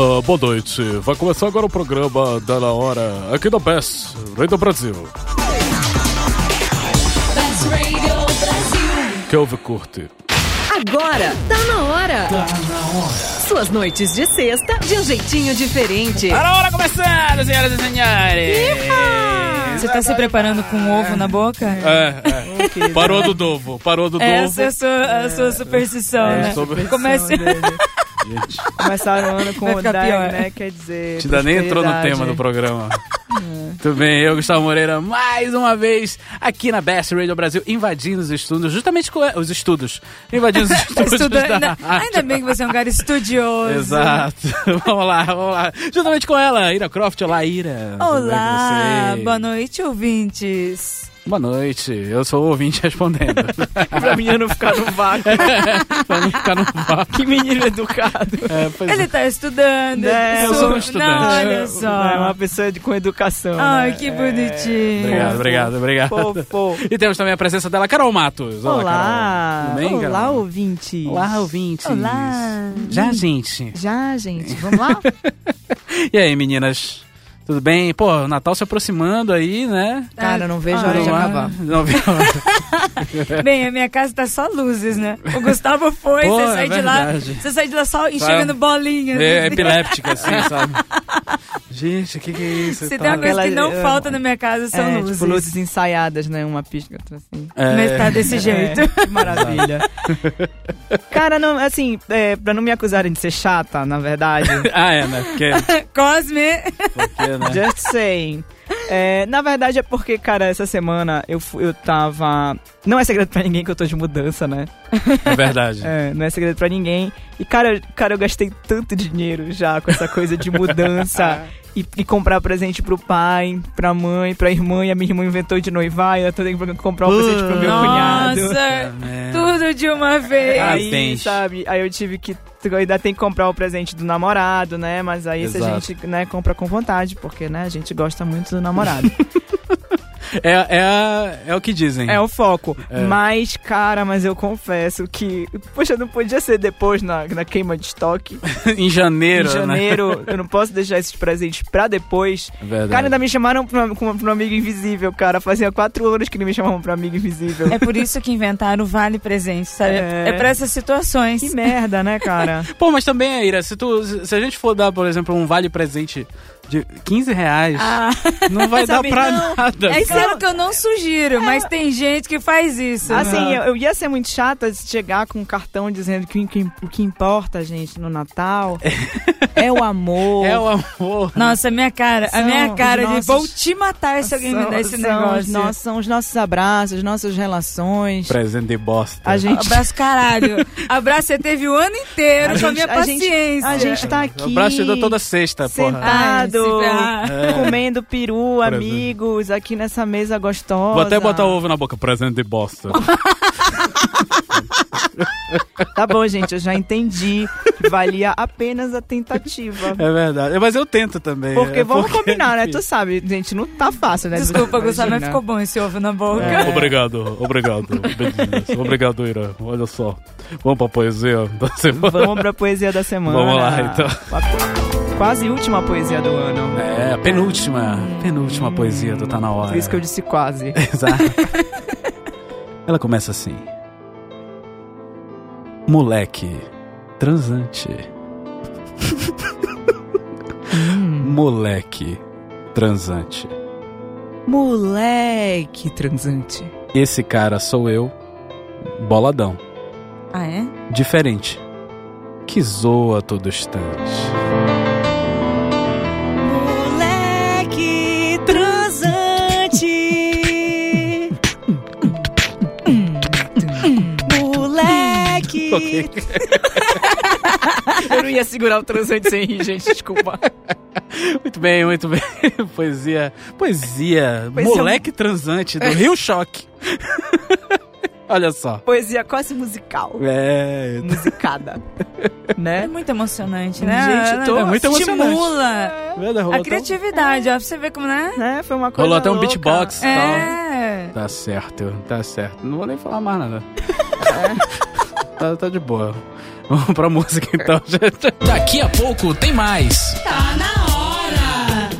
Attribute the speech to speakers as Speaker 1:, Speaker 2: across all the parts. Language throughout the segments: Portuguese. Speaker 1: Ah, boa noite. Vai começar agora o programa da Na Hora, aqui da Best, Rei do Brasil.
Speaker 2: Best Radio Brasil.
Speaker 1: Que ouve curte.
Speaker 3: Agora tá na hora. Suas noites de sexta de um jeitinho diferente.
Speaker 4: Tá na hora começando, senhoras e senhores!
Speaker 5: Você tá se preparando com um ovo na boca?
Speaker 1: É, é. Parou do novo, parou do novo.
Speaker 5: Essa é a sua, a sua superstição,
Speaker 1: É,
Speaker 5: né?
Speaker 1: sobre-
Speaker 5: Comece...
Speaker 6: Começaram o ano com
Speaker 5: Vai
Speaker 6: o
Speaker 5: ficar
Speaker 6: Drag,
Speaker 5: pior.
Speaker 6: né? Quer dizer.
Speaker 4: Ainda nem entrou no tema do
Speaker 6: prosperidade.
Speaker 4: programa.
Speaker 5: É.
Speaker 4: Tudo bem, eu, Gustavo Moreira, mais uma vez aqui na Best Radio Brasil, invadindo os estudos, justamente com os estudos. Invadindo os estudos.
Speaker 5: Estuda...
Speaker 4: da
Speaker 5: Ainda,
Speaker 4: rádio.
Speaker 5: Tá ainda bem que você é um cara estudioso.
Speaker 4: Exato. vamos lá, vamos lá. Justamente com ela, Ira Croft. Olá, Ira. Tudo bem com
Speaker 5: Olá,
Speaker 4: você?
Speaker 5: boa noite, ouvintes.
Speaker 4: Boa noite. Eu sou o ouvinte respondendo.
Speaker 6: Pra menina não ficar no vácuo.
Speaker 4: pra não ficar no vácuo.
Speaker 6: É que menino educado.
Speaker 4: É, pois é.
Speaker 5: Ele tá estudando.
Speaker 6: Né, eu
Speaker 5: Su-
Speaker 4: sou um estudante.
Speaker 5: Não, olha
Speaker 6: É uma
Speaker 5: só.
Speaker 6: pessoa de, com educação.
Speaker 5: Ai,
Speaker 6: né?
Speaker 5: que
Speaker 6: É.
Speaker 5: bonitinho.
Speaker 4: Obrigado, obrigado, obrigado.
Speaker 6: Fofo.
Speaker 4: E temos também a presença dela, Carol Matos.
Speaker 6: Olá.
Speaker 4: Carol. Tudo bem,
Speaker 6: Olá,
Speaker 4: Carol?
Speaker 6: ouvintes.
Speaker 4: Olá, ouvintes.
Speaker 5: Olá.
Speaker 4: Já, gente.
Speaker 6: Já, gente. Vamos lá?
Speaker 4: E aí, meninas? Tudo bem? Pô, o Natal se aproximando aí, né?
Speaker 6: Cara, não vejo a hora
Speaker 5: Ai,
Speaker 6: de
Speaker 4: Vamos lá.
Speaker 6: acabar.
Speaker 4: Não,
Speaker 5: Bem, a minha casa tá só luzes, né? O Gustavo foi,
Speaker 4: Pô,
Speaker 5: você
Speaker 4: é
Speaker 5: sai de lá.
Speaker 4: verdade.
Speaker 5: Você sai de lá só enxergando bolinhas.
Speaker 4: é
Speaker 5: assim.
Speaker 4: epiléptica, assim, sabe? Gente, o que, que é isso?
Speaker 5: Se
Speaker 4: e
Speaker 5: tem
Speaker 4: tal?
Speaker 5: uma coisa que
Speaker 6: Aquela-
Speaker 5: não
Speaker 6: é,
Speaker 5: falta na minha casa são
Speaker 6: É,
Speaker 5: luzes.
Speaker 6: tipo, luzes ensaiadas, né? Uma pisca, outra assim.
Speaker 4: É,
Speaker 5: Mas tá desse jeito.
Speaker 6: É, que maravilha. Cara, não, assim, é, pra não me acusarem de ser chata, na verdade,
Speaker 4: Ah, é, né? Porque,
Speaker 5: Cosme.
Speaker 4: porque né?
Speaker 6: just saying. É, na verdade é porque, cara, essa semana eu, fu- eu tava. Não é segredo pra ninguém que eu tô de mudança, né?
Speaker 4: É verdade.
Speaker 6: É, não é segredo pra ninguém. E, cara, eu- cara, eu gastei tanto dinheiro já com essa coisa de mudança e, e comprar presente pro pai, pra mãe, pra irmã. E a minha irmã inventou de noivar e eu tô tendo que comprar um presente pro meu cunhado.
Speaker 5: Nossa, tudo de uma vez.
Speaker 4: Ah,
Speaker 6: Aí,
Speaker 4: Parabéns.
Speaker 6: sabe, aí eu tive que. Ainda tem que comprar o presente do namorado, né? Mas aí se a
Speaker 4: Exato.
Speaker 6: gente né, compra com vontade, porque né, a gente gosta muito do namorado.
Speaker 4: É, é, a- é o que dizem.
Speaker 6: é o foco.
Speaker 4: É.
Speaker 6: Mas, cara, mas eu confesso que. Poxa, não podia ser depois na, na queima de estoque.
Speaker 4: em janeiro,
Speaker 6: em janeiro, né? eu não posso deixar esses presentes pra depois.
Speaker 4: né? Verdade.
Speaker 6: Cara, ainda me chamaram pra, uma- com- pra um amigo invisível, cara. Fazia quatro anos que não me chamavam pra amigo invisível.
Speaker 5: É por isso que inventaram o Vale Presente, sabe?
Speaker 6: É.
Speaker 5: É, pra essas situações.
Speaker 6: Que merda, né, cara?
Speaker 4: Pô, mas também, Ira, se, tu, se a gente for dar, por exemplo, um vale presente de 15 reais,
Speaker 5: Ah,
Speaker 4: não vai dar
Speaker 6: sabe,
Speaker 4: pra
Speaker 6: não.
Speaker 4: nada.
Speaker 5: é claro que eu não sugiro, mas tem gente que faz isso.
Speaker 6: Assim,
Speaker 5: né?
Speaker 6: eu, eu ia ser muito chata se chegar com um cartão dizendo que o que, o que importa, gente, no Natal é o amor.
Speaker 4: É o amor.
Speaker 5: Nossa, minha cara, a
Speaker 6: São
Speaker 5: minha cara
Speaker 6: os
Speaker 5: de
Speaker 6: nossos-
Speaker 5: vou te matar se alguém me
Speaker 6: São-
Speaker 5: der esse
Speaker 6: são
Speaker 5: negócio.
Speaker 6: Os nossos, são os nossos abraços, nossas relações.
Speaker 4: Presente de bosta.
Speaker 6: A gente.
Speaker 5: Abraço, caralho. Abraço, você teve o ano inteiro
Speaker 6: A
Speaker 5: com a
Speaker 6: gente-
Speaker 5: minha
Speaker 6: a gente-
Speaker 5: paciência.
Speaker 6: A gente tá aqui.
Speaker 4: O braço te deu toda sexta, porra. É.
Speaker 5: Ai, se
Speaker 6: sentado,
Speaker 5: ferrar.
Speaker 6: comendo peru,
Speaker 4: exemplo.
Speaker 6: amigos, aqui nessa mesa gostosa.
Speaker 4: Vou até botar ovo na boca. Presente de bosta.
Speaker 6: Tá bom, gente, eu já entendi. Valia apenas a tentativa.
Speaker 4: é verdade. Mas eu tento também.
Speaker 6: Porque
Speaker 4: É
Speaker 6: vamos
Speaker 4: porque é
Speaker 6: combinar, né? Tu
Speaker 4: difícil.
Speaker 6: sabe, gente, não tá fácil, né?
Speaker 5: Desculpa, Gustavo, mas
Speaker 6: Imagina.
Speaker 5: ficou bom esse ovo na boca.
Speaker 4: É, Obrigado, obrigado. meninas. obrigado, Ira. Olha só. Vamos pra poesia da semana.
Speaker 6: Vamos pra poesia da semana.
Speaker 4: Vamos lá, então.
Speaker 6: A quase última poesia do ano.
Speaker 4: É, a penúltima. Penúltima poesia do Tá Na Hora.
Speaker 6: Por isso que eu disse quase.
Speaker 4: Exato. Ela começa assim: Moleque transante. Hum. Moleque transante.
Speaker 6: Moleque transante.
Speaker 4: Esse cara sou eu, boladão,
Speaker 5: Ah, é?
Speaker 4: diferente, que zoa todo instante.
Speaker 5: Moleque transante. Moleque.
Speaker 6: Eu não ia segurar o transante sem rir, gente, desculpa.
Speaker 4: Muito bem, muito bem. Poesia, poesia, É.
Speaker 6: Poesia-
Speaker 4: moleque transante do Rio Choque. Olha só.
Speaker 6: Poesia quase musical.
Speaker 4: É,
Speaker 6: Musicada.
Speaker 5: É
Speaker 6: né?
Speaker 5: muito emocionante, né?
Speaker 6: Gente, tô-
Speaker 4: É muito emocionante.
Speaker 5: Estimula
Speaker 4: Verdade, tá rolou
Speaker 5: a
Speaker 4: tão-
Speaker 5: criatividade, ó, pra você ver como, né?
Speaker 6: Né? Foi uma coisa
Speaker 4: Rolou até um
Speaker 6: louca.
Speaker 4: beatbox e tal.
Speaker 5: É.
Speaker 4: Tá certo, tá certo. Não vou nem falar mais nada. tá, tá de boa. Vamos pra música então, gente. Daqui a pouco tem mais.
Speaker 2: Tá na hora.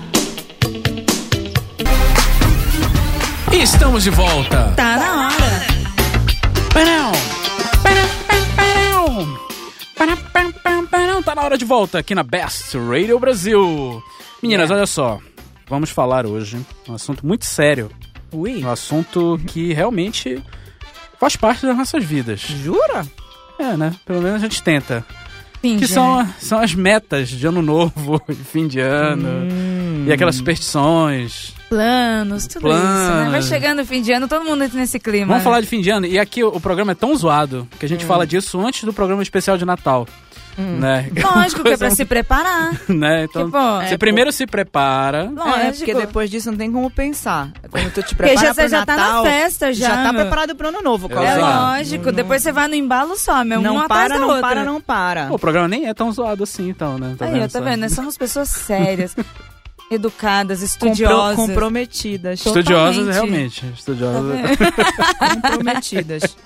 Speaker 4: Estamos de volta.
Speaker 5: Tá na hora.
Speaker 4: Parão! Parão, parão, parão! Parão, parão, parão! Tá na hora de volta aqui na Best Radio Brasil.
Speaker 6: É.
Speaker 4: Meninas, olha só. Vamos falar hoje um assunto muito sério.
Speaker 6: Ui,
Speaker 4: Um assunto que realmente faz parte das nossas vidas.
Speaker 6: jura?
Speaker 4: É, né? Pelo menos a gente tenta.
Speaker 5: Sim,
Speaker 4: Que
Speaker 5: já.
Speaker 4: são, são as metas de ano novo, de fim de ano. E aquelas
Speaker 5: Hum.
Speaker 4: superstições.
Speaker 5: planos, tudo isso, né? Vai
Speaker 4: Planos.
Speaker 5: chegando o fim de ano, todo mundo entra nesse clima.
Speaker 4: Vamos falar de fim de ano. E aqui o, o programa é tão zoado que a
Speaker 5: Hum.
Speaker 4: gente fala disso antes do programa especial de Natal. Né?
Speaker 5: Lógico que é pra
Speaker 4: Coisa
Speaker 5: se preparar.
Speaker 4: né? Então,
Speaker 5: Que bom. É,
Speaker 4: você primeiro se prepara.
Speaker 6: É,
Speaker 5: Lógico.
Speaker 6: porque depois disso não tem como pensar. Quando tu te
Speaker 5: Porque
Speaker 6: prepara
Speaker 5: já,
Speaker 6: pro
Speaker 5: você já tá na
Speaker 6: Natal,
Speaker 5: festa, já.
Speaker 6: já tá
Speaker 5: meu.
Speaker 6: preparado pro ano novo,
Speaker 5: É
Speaker 4: Exato.
Speaker 6: colega.
Speaker 5: lógico, depois você vai no embalo só,
Speaker 4: É
Speaker 5: meu.
Speaker 6: Não
Speaker 5: uma
Speaker 6: para,
Speaker 5: atrás da
Speaker 6: não
Speaker 5: outra.
Speaker 6: para, não para.
Speaker 4: Pô, o programa nem é tão zoado assim, então, né?
Speaker 5: Aí, ó, tá
Speaker 4: só?
Speaker 5: vendo? Nós somos pessoas sérias, educadas,
Speaker 6: Compro,
Speaker 5: estudiosas. Tá
Speaker 6: comprometidas.
Speaker 4: Estudiosas,
Speaker 5: Totalmente.
Speaker 4: realmente. é Estudiosas.
Speaker 6: comprometidas.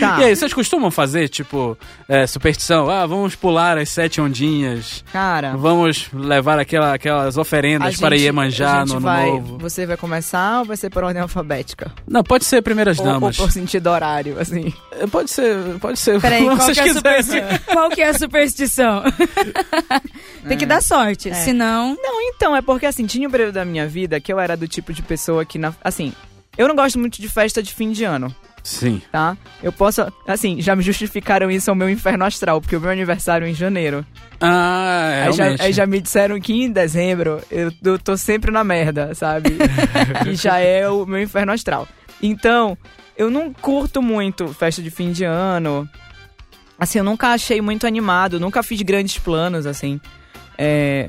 Speaker 6: Tá.
Speaker 4: E aí, vocês costumam fazer, tipo, é, superstição? Ah, vamos pular as sete ondinhas.
Speaker 6: Cara,
Speaker 4: Vamos levar aquela, aquelas oferendas
Speaker 6: É. a gente,
Speaker 4: para
Speaker 6: a
Speaker 4: Iemanjá
Speaker 6: gente
Speaker 4: no ano
Speaker 6: vai,
Speaker 4: novo.
Speaker 6: Você vai começar ou vai ser por ordem alfabética?
Speaker 4: Não, pode ser primeiras
Speaker 6: Ou, ou
Speaker 4: damas.
Speaker 6: por sentido horário, assim.
Speaker 4: É, Pode ser, pode ser.
Speaker 5: Peraí,
Speaker 4: como
Speaker 5: qual
Speaker 4: vocês
Speaker 5: que, é a
Speaker 4: quiserem.
Speaker 5: supersti- qual que é a superstição? Tem
Speaker 6: É.
Speaker 5: que dar sorte, senão...
Speaker 6: Não, então, é porque assim, tinha um período da minha vida que eu era do tipo de pessoa que, na, assim, eu não gosto muito de festa de fim de ano,
Speaker 4: Sim.
Speaker 6: tá? Eu posso, assim, já me justificaram isso ao meu inferno astral, porque o meu aniversário é em janeiro.
Speaker 4: Ah, é,
Speaker 6: Aí já,
Speaker 4: realmente.
Speaker 6: aí já me disseram que em dezembro eu, eu tô sempre na merda, sabe? e já é o meu inferno astral. Então, eu não curto muito festa de fim de ano. Assim, eu nunca achei muito animado, nunca fiz grandes planos, assim. É,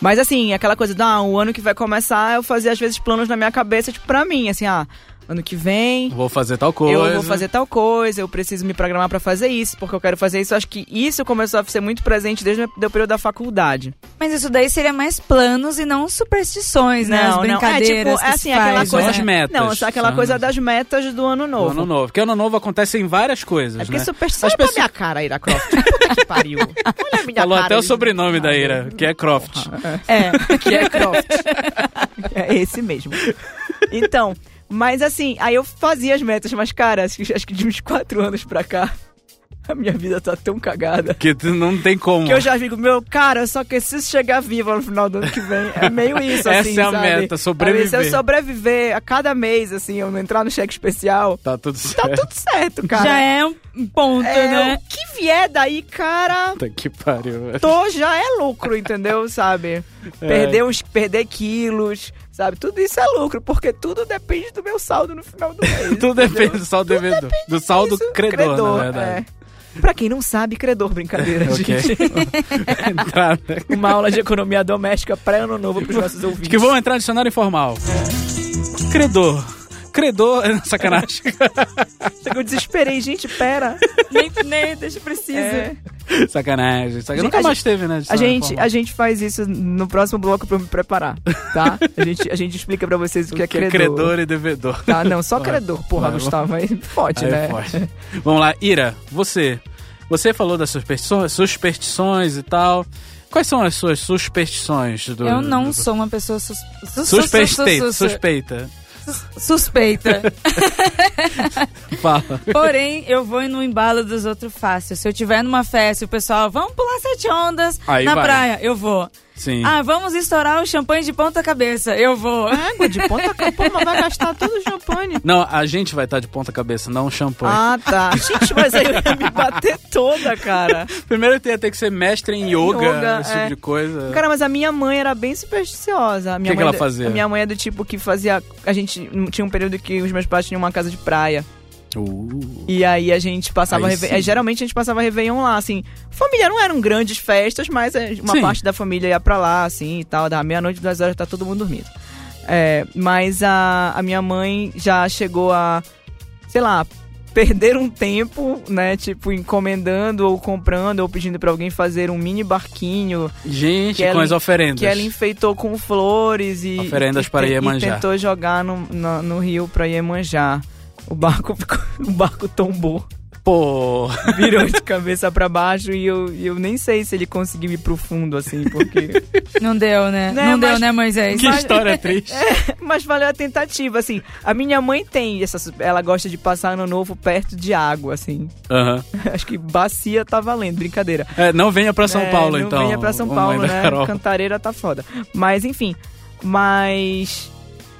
Speaker 6: Mas assim, aquela coisa de, ah, o ano que vai começar, eu fazia às vezes planos na minha cabeça, tipo, pra mim, assim, ah, ano que vem
Speaker 4: Vou fazer tal coisa.
Speaker 6: eu vou fazer tal coisa, eu preciso me programar pra fazer isso, porque eu quero fazer isso. Acho que isso começou a ser muito presente desde o meu período da faculdade.
Speaker 5: Mas isso daí seria mais planos e não superstições, né? As
Speaker 6: Não, não. É, tipo,
Speaker 5: brincadeiras
Speaker 6: é
Speaker 5: que
Speaker 6: assim,
Speaker 5: se
Speaker 6: aquela
Speaker 5: faz,
Speaker 4: São
Speaker 6: coisa-
Speaker 4: as
Speaker 5: né?
Speaker 4: metas.
Speaker 6: Não, só aquela
Speaker 4: São
Speaker 6: coisa
Speaker 4: as-
Speaker 6: das metas do ano
Speaker 4: do
Speaker 6: novo.
Speaker 4: ano novo. Porque ano novo acontece em várias coisas,
Speaker 6: É porque
Speaker 4: né?
Speaker 6: superstição
Speaker 4: As
Speaker 6: é pra
Speaker 4: pessoas-
Speaker 6: minha cara, Ira Croft. Puta que pariu. Olha a minha
Speaker 4: Falou
Speaker 6: cara
Speaker 4: até o
Speaker 6: de-
Speaker 4: sobrenome da Ira, que é Croft.
Speaker 5: É.
Speaker 6: que é Croft. é esse mesmo. Então, mas assim, aí eu fazia as metas, mas cara, acho que, acho que de uns quatro anos pra cá, a minha vida tá tão cagada.
Speaker 4: Que tu não tem como.
Speaker 6: Que eu já digo, meu, cara, eu só preciso chegar viva no final do ano que vem. É meio isso,
Speaker 4: Essa
Speaker 6: assim,
Speaker 4: é a
Speaker 6: sabe?
Speaker 4: meta, sobreviver.
Speaker 6: Se eu sobreviver a cada mês, assim, eu não entrar no cheque especial,
Speaker 4: Tá tudo
Speaker 6: tá
Speaker 4: certo.
Speaker 6: tudo certo, cara.
Speaker 5: Já é um ponto,
Speaker 6: É,
Speaker 5: né?
Speaker 6: O que vier daí, cara,
Speaker 4: Puta que pariu. velho.
Speaker 6: tô, já é lucro, entendeu? Sabe?
Speaker 4: É.
Speaker 6: Perder, uns, perder quilos, sabe? Tudo isso é lucro, porque tudo depende do meu saldo no final do mês.
Speaker 4: Tudo é depende do saldo devedor. Do saldo
Speaker 6: é Isso,
Speaker 4: credor, na verdade.
Speaker 6: é. Pra quem não sabe, credor, brincadeira,
Speaker 4: Ok.
Speaker 6: gente.
Speaker 4: Entrar, né?
Speaker 6: Uma aula de economia doméstica pré-ano novo pros nossos ouvintes.
Speaker 4: Acho que vamos entrar no dicionário informal. Credor. Credor. Sacanagem.
Speaker 6: Eu desesperei, gente, pera.
Speaker 5: Nem,
Speaker 6: né,
Speaker 5: nem deixa preciso.
Speaker 6: É.
Speaker 4: Sacanagem. sacanagem. Nunca
Speaker 6: a
Speaker 4: mais teve, né?
Speaker 6: A,
Speaker 4: dicionário
Speaker 6: gente,
Speaker 4: informal.
Speaker 6: a gente faz isso no próximo bloco pra eu me preparar, tá? A gente, a gente explica pra vocês o que é
Speaker 4: Que é
Speaker 6: credor.
Speaker 4: credor e devedor.
Speaker 6: Tá, não, só credor, porra,
Speaker 4: Vai,
Speaker 6: Gustavo, aí fode,
Speaker 4: Aí é
Speaker 6: né?
Speaker 4: pode. Vamos lá, Ira, você. Você falou das superstições, superstições e tal. Quais são as suas superstições? Do,
Speaker 5: Eu não
Speaker 4: do-
Speaker 5: sou uma pessoa sus, sus,
Speaker 4: Suspeitei-
Speaker 5: sus- sus-
Speaker 4: suspeita.
Speaker 5: sus- suspeita.
Speaker 4: Fala.
Speaker 5: Porém, eu vou no embalo dos outros fácil. Se eu tiver numa festa e o pessoal, vamos pular sete ondas
Speaker 4: Aí
Speaker 5: na
Speaker 4: vai.
Speaker 5: praia, eu vou.
Speaker 4: Sim.
Speaker 5: Ah, vamos estourar o champanhe de ponta cabeça, eu vou.
Speaker 6: Água de ponta capoma vai gastar todo o champanhe.
Speaker 4: Não, a gente vai estar de ponta cabeça, não o champanhe.
Speaker 6: Ah, tá. Gente, mas aí eu ia me bater toda, cara.
Speaker 4: Primeiro eu ia ter que ser mestre em yoga,
Speaker 6: Yoga,
Speaker 4: esse
Speaker 6: é.
Speaker 4: tipo de coisa.
Speaker 6: Cara, mas a minha mãe era bem supersticiosa. A minha
Speaker 4: Que que
Speaker 6: mãe
Speaker 4: ela
Speaker 6: é do-
Speaker 4: fazia?
Speaker 6: A minha mãe é do tipo que fazia... A gente... Tinha um período que os meus pais tinham uma casa de praia.
Speaker 4: Uh,
Speaker 6: E aí a gente passava.
Speaker 4: Aí
Speaker 6: Reve...
Speaker 4: sim.
Speaker 6: eh, Geralmente a gente passava Réveillon lá, assim. Família não eram grandes festas, mas eh, uma
Speaker 4: Sim.
Speaker 6: parte da família ia pra lá, assim e tal. Da meia-noite, duas horas, tá todo mundo dormindo. É, mas a, a minha mãe já chegou a, sei lá, perder um tempo, né? Tipo, encomendando ou comprando ou pedindo pra alguém fazer um mini barquinho
Speaker 4: gente,
Speaker 6: que
Speaker 4: com
Speaker 6: ela-
Speaker 4: as oferendas.
Speaker 6: que ela enfeitou com flores e.
Speaker 4: Oferendas
Speaker 6: e,
Speaker 4: para
Speaker 6: e-
Speaker 4: Iemanjá.
Speaker 6: E tentou jogar no, no, no rio pra Iemanjá. O barco, ficou- o barco tombou.
Speaker 4: Pô!
Speaker 6: virou de cabeça pra baixo e eu, e eu nem sei se ele conseguiu ir pro fundo, assim, porque.
Speaker 5: Não deu, né?
Speaker 6: Né,
Speaker 5: Não, deu,
Speaker 6: mas-
Speaker 5: né, Moisés?
Speaker 4: Que história triste.
Speaker 6: Mas valeu a tentativa, assim. A minha mãe tem essa. Ela gosta de passar ano novo perto de água, assim.
Speaker 4: Aham.
Speaker 6: Acho que bacia tá valendo, brincadeira.
Speaker 4: É, não venha pra São
Speaker 6: É,
Speaker 4: Paulo,
Speaker 6: não
Speaker 4: então.
Speaker 6: Venha pra São
Speaker 4: mãe
Speaker 6: Paulo,
Speaker 4: da
Speaker 6: né?
Speaker 4: Carol.
Speaker 6: Cantareira tá foda. Mas enfim, mas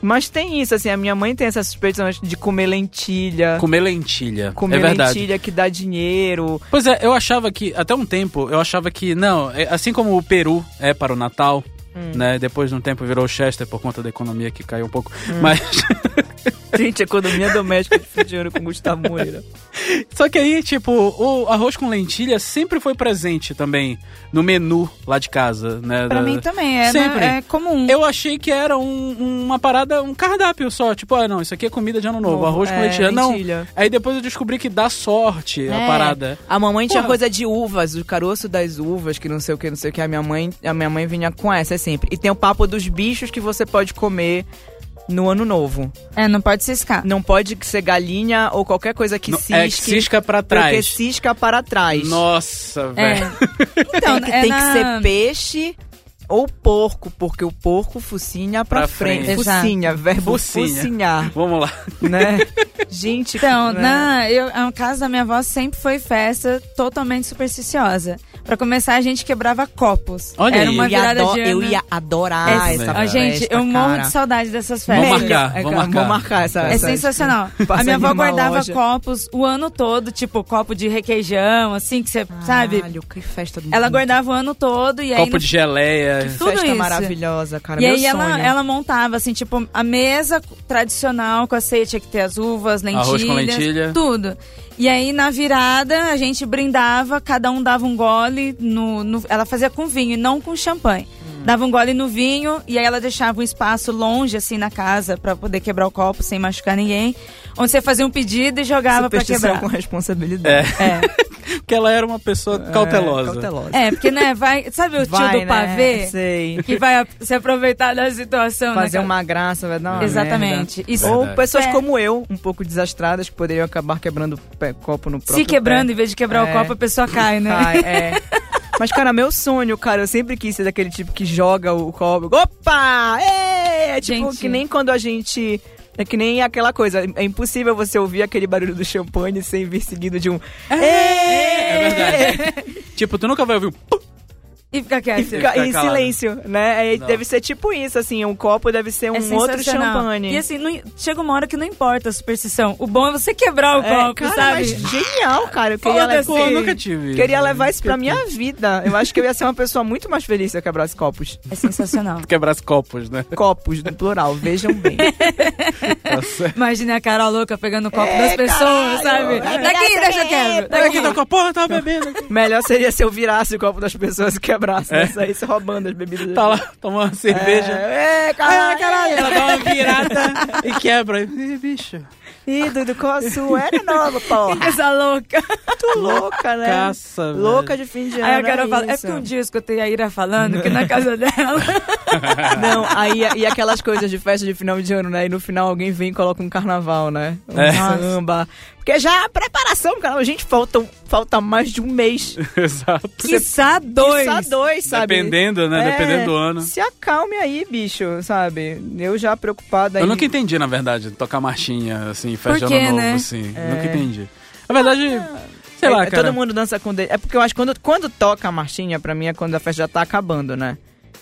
Speaker 6: mas tem isso assim, a minha mãe tem essa suspeita de comer lentilha,
Speaker 4: Comer lentilha.
Speaker 6: comer
Speaker 4: é verdade.
Speaker 6: lentilha que dá dinheiro.
Speaker 4: Pois é, eu achava que, até um tempo, eu achava que, não, é- assim como o Peru é para o Natal,
Speaker 6: Hum.
Speaker 4: né? Depois de um tempo virou Chester por conta da economia que caiu um pouco.
Speaker 6: Hum.
Speaker 4: Mas.
Speaker 6: Gente, economia doméstica de dinheiro com Gustavo Moreira.
Speaker 4: Só que aí, tipo, o arroz com lentilha sempre foi presente também no menu lá de casa, né?
Speaker 5: Pra
Speaker 4: da-
Speaker 5: mim também, é,
Speaker 4: Sempre.
Speaker 5: é comum.
Speaker 4: Eu achei que era um- uma parada, um cardápio só. Tipo, ah, não, isso aqui é comida de ano novo,
Speaker 6: Novo,
Speaker 4: arroz com
Speaker 6: é,
Speaker 4: lentilha. Não.
Speaker 6: lentilha.
Speaker 4: Aí depois eu descobri que dá sorte a parada.
Speaker 6: A mamãe tinha
Speaker 4: Porra.
Speaker 6: coisa de uvas, o caroço das uvas, que não sei o que, não sei o que. A minha mãe, a minha mãe vinha com essa é sempre. E tem o papo dos bichos que você pode comer no ano novo.
Speaker 5: É, não pode ciscar.
Speaker 6: Não pode ser galinha ou qualquer coisa que
Speaker 4: Não-
Speaker 6: cisque.
Speaker 4: é que cisca pra
Speaker 6: Porque
Speaker 4: trás.
Speaker 6: cisca para trás.
Speaker 4: Nossa,
Speaker 5: É.
Speaker 4: velho.
Speaker 5: Então,
Speaker 6: tem que,
Speaker 5: é
Speaker 6: tem
Speaker 5: na-
Speaker 6: que ser peixe ou porco, porque o porco focinha pra,
Speaker 4: Pra frente.
Speaker 6: frente.
Speaker 5: Exato.
Speaker 6: Focinha, verbo
Speaker 4: Focinha.
Speaker 6: focinhar,
Speaker 4: Vamos lá.
Speaker 6: né? Gente,
Speaker 5: Então,
Speaker 6: né?
Speaker 5: na, eu, a casa da minha avó sempre foi festa totalmente supersticiosa. Pra começar, a gente quebrava copos.
Speaker 4: Olha
Speaker 5: Era
Speaker 4: aí.
Speaker 5: uma
Speaker 6: Eu ia
Speaker 5: virada
Speaker 6: ado-
Speaker 5: de ano.
Speaker 6: eu ia adorar
Speaker 5: É,
Speaker 6: essa
Speaker 5: ó,
Speaker 6: festa,
Speaker 5: gente, eu morro
Speaker 6: cara.
Speaker 5: de saudade dessas
Speaker 4: Vamos
Speaker 5: festas.
Speaker 4: marcar, vamos
Speaker 6: É, cara,
Speaker 4: marcar.
Speaker 6: Vamos marcar essa
Speaker 5: É
Speaker 6: essa-
Speaker 5: sensacional.
Speaker 6: Passar
Speaker 5: A minha avó
Speaker 6: numa
Speaker 5: guardava
Speaker 6: loja.
Speaker 5: copos o ano todo, tipo copo de requeijão, assim, que você sabe.
Speaker 6: Caralho, que festa do
Speaker 5: Ela
Speaker 6: mundo.
Speaker 5: guardava o ano todo e aí.
Speaker 4: Copo
Speaker 5: no-
Speaker 4: de geleia.
Speaker 5: tudo
Speaker 6: festa
Speaker 5: isso.
Speaker 6: maravilhosa, cara.
Speaker 5: E
Speaker 6: meu
Speaker 5: aí ela,
Speaker 6: sonho.
Speaker 5: ela montava, assim, tipo, a mesa tradicional com a ceia, tinha que ter as uvas, lentilhas.
Speaker 4: Arroz com lentilha.
Speaker 5: Tudo. E aí, na virada, a gente brindava, cada um dava um gole no... no- ela fazia com vinho e não com champanhe.
Speaker 6: Hum.
Speaker 5: Dava um gole no vinho e aí ela deixava um espaço longe, assim, na casa pra poder quebrar o copo sem machucar ninguém. Onde você fazia um pedido e jogava pra
Speaker 6: Superstição
Speaker 5: quebrar.
Speaker 6: é com responsabilidade.
Speaker 5: É.
Speaker 4: Porque ela era uma pessoa cautelosa.
Speaker 6: Cautelosa.
Speaker 5: É, porque, né, vai... Sabe o tio
Speaker 6: Vai,
Speaker 5: do
Speaker 6: né?
Speaker 5: pavê?
Speaker 6: Sei.
Speaker 5: Que vai a- se aproveitar da situação, né,
Speaker 6: Fazer
Speaker 5: cara?
Speaker 6: uma graça, vai dar uma
Speaker 5: Exatamente.
Speaker 6: merda.
Speaker 5: Isso.
Speaker 6: Ou pessoas
Speaker 5: É.
Speaker 6: como eu, um pouco desastradas, que poderiam acabar quebrando o pé- copo no
Speaker 5: Se
Speaker 6: próprio
Speaker 5: quebrando,
Speaker 6: pé.
Speaker 5: em vez de quebrar
Speaker 6: É.
Speaker 5: o copo, a pessoa cai, né?
Speaker 6: Ai, é. Mas, cara, meu sonho, cara, eu sempre quis ser daquele tipo que joga o copo. Opa! É! É Tipo,
Speaker 5: Gente.
Speaker 6: que nem quando a gente... É que nem aquela coisa, é impossível você ouvir aquele barulho do champanhe sem vir seguido de um... É,
Speaker 4: Tipo, tu nunca vai ouvir um... pum.
Speaker 5: E fica
Speaker 6: E,
Speaker 5: quieto.
Speaker 6: É, fica,
Speaker 4: Ficar
Speaker 6: e
Speaker 4: calado.
Speaker 6: silêncio, né? É,
Speaker 4: Não.
Speaker 6: deve ser tipo isso, assim, um copo deve ser um outro
Speaker 5: É sensacional.
Speaker 6: champanhe.
Speaker 5: E assim, não- chega uma hora que não importa a superstição. O bom é você quebrar o
Speaker 6: É,
Speaker 5: copo,
Speaker 6: cara,
Speaker 5: sabe?
Speaker 6: mas genial, cara. Eu queria,
Speaker 4: Foda-se.
Speaker 6: levar,
Speaker 4: Pô, eu né, nunca tive isso,
Speaker 6: queria
Speaker 4: né?
Speaker 6: levar isso pra minha vida. Eu acho que eu ia ser uma pessoa muito mais feliz se eu quebrasse copos.
Speaker 5: É sensacional.
Speaker 4: Quebrar os copos, né?
Speaker 6: Copos, no plural, vejam bem.
Speaker 4: Tá certo.
Speaker 5: Imagina a cara louca pegando o copo das pessoas,
Speaker 6: É, caralho.
Speaker 5: sabe? Daqui,
Speaker 6: Graças
Speaker 5: deixa
Speaker 6: a
Speaker 5: eu quebro.
Speaker 6: Deus.
Speaker 5: Daqui.
Speaker 4: Aqui tá com a porra, tava bebendo. aqui.
Speaker 6: Melhor seria se eu virasse o copo das pessoas e quebrasse. É. Saísse roubando as bebidas.
Speaker 4: Tá lá, tomando cerveja.
Speaker 6: É, é
Speaker 4: Ah,
Speaker 6: caralho,
Speaker 4: caralho,
Speaker 6: caralho.
Speaker 4: ela dá uma virada e quebra. Ih, bicho.
Speaker 6: Ih, Dudu, qual a sua? Era nova, porra.
Speaker 5: Essa louca.
Speaker 6: Muito louca, né?
Speaker 4: Caça, velho.
Speaker 6: Louca de fim de ano.
Speaker 5: Aí a cara
Speaker 6: é
Speaker 5: fala, é
Speaker 6: isso.
Speaker 5: porque um dia eu escutei a Ira falando que na casa dela.
Speaker 6: Não, aí e aquelas coisas de festa de final de ano, né? E no final alguém vem e coloca um carnaval, né? Um
Speaker 4: É.
Speaker 6: samba. Porque já a preparação do carnaval, gente, falta, falta mais de um mês.
Speaker 4: Exato.
Speaker 5: Quiçá dois.
Speaker 6: Só dois, sabe?
Speaker 4: Dependendo, né?
Speaker 6: É,
Speaker 4: Dependendo do ano.
Speaker 6: Se acalme aí, bicho, sabe? Eu já preocupada aí.
Speaker 4: Eu nunca entendi, na verdade, tocar marchinha, assim, festa
Speaker 5: Por
Speaker 4: de
Speaker 5: quê,
Speaker 4: ano novo,
Speaker 5: né?
Speaker 4: assim. Nunca entendi. Na verdade, sei lá,
Speaker 6: É,
Speaker 4: cara.
Speaker 6: Todo mundo dança com... De... É porque eu acho que quando, quando toca a marchinha, pra mim é quando a festa já tá acabando, né?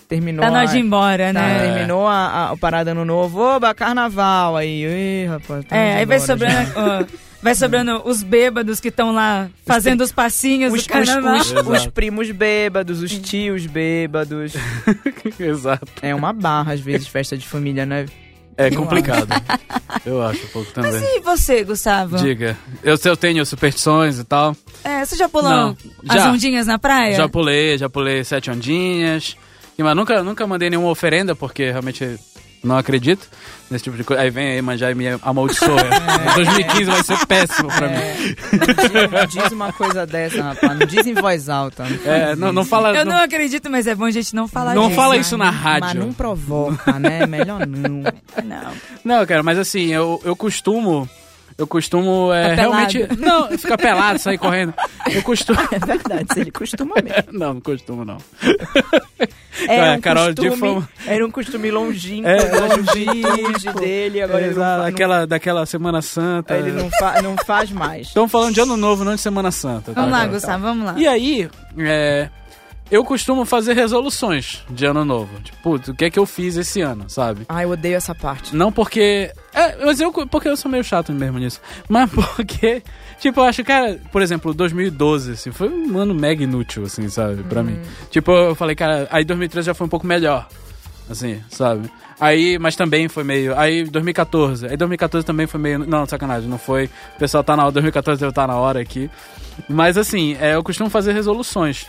Speaker 6: Terminou
Speaker 5: Tá na hora
Speaker 6: a-
Speaker 5: de ir embora,
Speaker 6: Tá,
Speaker 4: É.
Speaker 5: né?
Speaker 6: Terminou a, a, o Parada Ano Novo, oba, carnaval, aí, ih, rapaz. tá
Speaker 5: É,
Speaker 6: indo
Speaker 5: aí vai
Speaker 6: embora já.
Speaker 5: sobrando, ó, vai sobrando os bêbados que estão lá fazendo os passinhos
Speaker 6: os,
Speaker 5: do carnaval.
Speaker 6: os- os- os
Speaker 4: Exato.
Speaker 6: primos bêbados, os tios bêbados.
Speaker 4: Exato.
Speaker 6: É uma barra, às vezes, festa de família, né?
Speaker 4: É complicado. Eu acho um pouco também.
Speaker 5: E você, Gustavo?
Speaker 4: Diga. Eu, se eu tenho superstições e tal.
Speaker 5: É, você já pulou
Speaker 4: Não,
Speaker 5: as
Speaker 4: já.
Speaker 5: ondinhas na praia?
Speaker 4: Já pulei, já pulei sete ondinhas. E, Mas nunca, nunca mandei nenhuma oferenda, porque realmente não acredito nesse tipo de coisa. Aí vem aí manjar e me amaldiçoa.
Speaker 6: É.
Speaker 4: 2015 vai ser péssimo pra mim.
Speaker 6: Não diz uma coisa dessa, rapaz. Não diz em voz alta. Não faz
Speaker 4: É, não, não fala.
Speaker 5: Eu
Speaker 4: não-
Speaker 5: não acredito, mas é bom a gente não falar
Speaker 4: Não
Speaker 5: disso.
Speaker 4: fala isso na
Speaker 6: Mas
Speaker 4: rádio.
Speaker 6: não provoca, né? Melhor não.
Speaker 5: Não.
Speaker 4: Não, cara, mas assim, eu, eu costumo Eu costumo é,
Speaker 5: Ficar pelado.
Speaker 4: realmente. Não, ficar pelado, sair correndo. Eu costumo.
Speaker 6: É verdade, ele costuma mesmo.
Speaker 4: Não, não costumo, não.
Speaker 6: Era
Speaker 4: É,
Speaker 6: um
Speaker 4: Carol
Speaker 6: costume,
Speaker 4: de fama.
Speaker 6: Era um costume longínquo
Speaker 4: É,
Speaker 6: da juventude
Speaker 4: longínquo.
Speaker 6: dele, agora ele,
Speaker 4: Exato,
Speaker 6: não, fa-
Speaker 4: aquela, daquela Semana Santa.
Speaker 6: não, ele não, fa- não faz mais.
Speaker 4: Estão falando de ano novo, não de Semana Santa. tá?
Speaker 5: Vamos lá,
Speaker 4: Agora.
Speaker 5: Gustavo, vamos lá.
Speaker 4: E aí, é, eu costumo fazer resoluções de ano novo. Tipo, putz, o que é que eu fiz esse ano, sabe?
Speaker 6: Ai, eu odeio essa parte.
Speaker 4: Não porque. É, mas eu. Porque eu sou meio chato mesmo nisso. Mas porque. Tipo, eu acho, cara, por exemplo, 2012, assim, foi um ano mega inútil, assim, sabe, pra mim.
Speaker 6: Hum.
Speaker 4: Tipo, eu falei, cara, aí 2013 já foi um pouco melhor. Assim, sabe? Aí, mas também foi meio. Aí 2014. Aí 2014 também foi meio. Não, sacanagem, não foi. O pessoal tá na hora. 2014 eu tá na hora aqui. Mas assim, é, eu costumo fazer resoluções.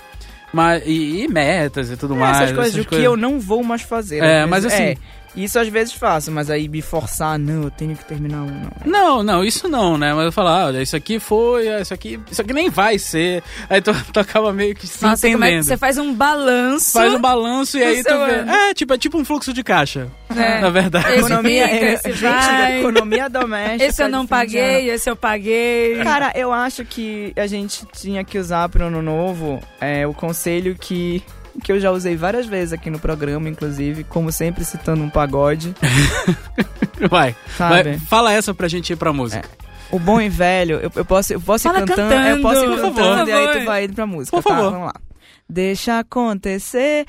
Speaker 4: Mas, e, e metas e tudo
Speaker 6: É,
Speaker 4: mais.
Speaker 6: essas coisas o que eu não vou mais fazer.
Speaker 4: É,
Speaker 6: às
Speaker 4: mas
Speaker 6: vezes-
Speaker 4: assim-
Speaker 6: é, isso às vezes faço, mas aí me forçar, não, eu tenho que terminar um, não.
Speaker 4: Não, não, isso não, né? Mas eu falo, ah, olha, isso aqui foi, ah, isso aqui, isso aqui nem vai ser. Aí tu, tu acaba meio que se
Speaker 5: Nossa, como é que
Speaker 4: entendendo.
Speaker 5: você faz um balanço? né?
Speaker 4: Faz um balanço e aí tu
Speaker 5: seu
Speaker 4: vê.
Speaker 5: ano.
Speaker 4: É, tipo, é tipo um fluxo de caixa,
Speaker 5: né?
Speaker 4: na verdade.
Speaker 5: Esse
Speaker 6: Economia,
Speaker 5: fica,
Speaker 6: é,
Speaker 5: esse
Speaker 6: gente,
Speaker 5: vai.
Speaker 6: economia doméstica. é né?
Speaker 5: Esse
Speaker 4: tá
Speaker 5: eu
Speaker 6: de
Speaker 5: não
Speaker 6: fim de ano.
Speaker 5: paguei, esse eu paguei.
Speaker 6: Cara, eu acho que a gente tinha que usar pro ano novo é, o conselho que, que eu já usei várias vezes aqui no programa, inclusive, como sempre citando um pagode,
Speaker 5: Tá
Speaker 4: Vai,
Speaker 6: sabe?
Speaker 4: vai, fala essa pra gente ir pra música.
Speaker 5: É.
Speaker 6: O bom e velho, eu, eu posso, eu posso ir
Speaker 5: Fala
Speaker 6: cantando, eu
Speaker 5: cantando,
Speaker 6: posso ir
Speaker 5: por
Speaker 6: cantando
Speaker 4: favor.
Speaker 6: e aí
Speaker 5: Por
Speaker 6: tu vai indo pra música,
Speaker 4: Por
Speaker 6: tá?
Speaker 4: favor.
Speaker 6: Vamos lá. Deixa acontecer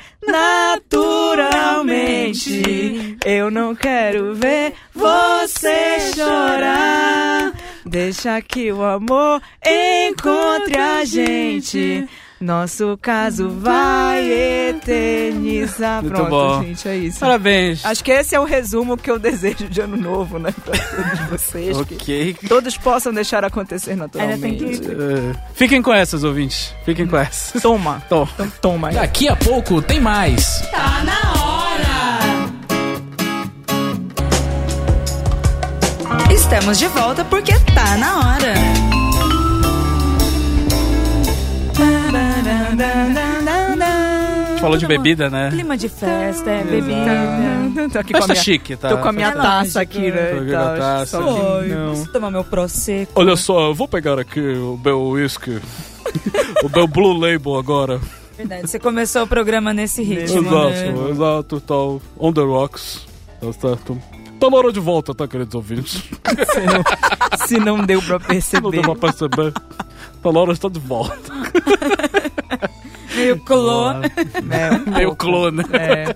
Speaker 6: naturalmente. Eu não quero ver você chorar. Deixa que o amor encontre a gente. Nosso caso vai eternizar.
Speaker 4: Muito
Speaker 6: Pronto,
Speaker 4: bom.
Speaker 6: gente, é isso.
Speaker 4: Parabéns.
Speaker 6: Acho que esse é o resumo que eu desejo de ano novo, né? Pra todos vocês. que-
Speaker 4: Ok.
Speaker 6: todos possam deixar acontecer
Speaker 5: Ainda tem
Speaker 6: naturalmente.
Speaker 5: que-
Speaker 4: Eh, Fiquem com essas, ouvintes. Fiquem com essas.
Speaker 6: Toma.
Speaker 4: Toma.
Speaker 6: Então toma. aí.
Speaker 7: Daqui a pouco tem mais.
Speaker 2: Tá na hora!
Speaker 5: Estamos de volta porque tá na hora.
Speaker 4: A gente falou de bebida, né?
Speaker 5: Clima de festa, é bebida.
Speaker 6: Tô aqui com a
Speaker 4: Mas tá
Speaker 6: minha,
Speaker 4: chique, tá?
Speaker 6: tô com a minha
Speaker 5: É lógico.
Speaker 6: taça aqui, né?
Speaker 4: Tô com a
Speaker 6: e tal,
Speaker 4: taça.
Speaker 6: só que
Speaker 5: Oi,
Speaker 6: não.
Speaker 5: posso tomar meu prosecco?
Speaker 1: Olha só, eu vou pegar aqui o meu whisky. o meu Blue Label agora.
Speaker 5: É Verdade, você começou o programa nesse ritmo, né?
Speaker 1: Exato, exato, tal. On the rocks. Tá certo. Tá na hora de volta, tá, queridos ouvintes?
Speaker 6: Se não, se não deu pra
Speaker 1: Não
Speaker 6: perceber.
Speaker 1: deu pra perceber. Tá na hora de estar de volta.
Speaker 5: Meio clô.
Speaker 6: né, um
Speaker 4: Tá Meio
Speaker 6: pouco.
Speaker 4: clone.
Speaker 6: É.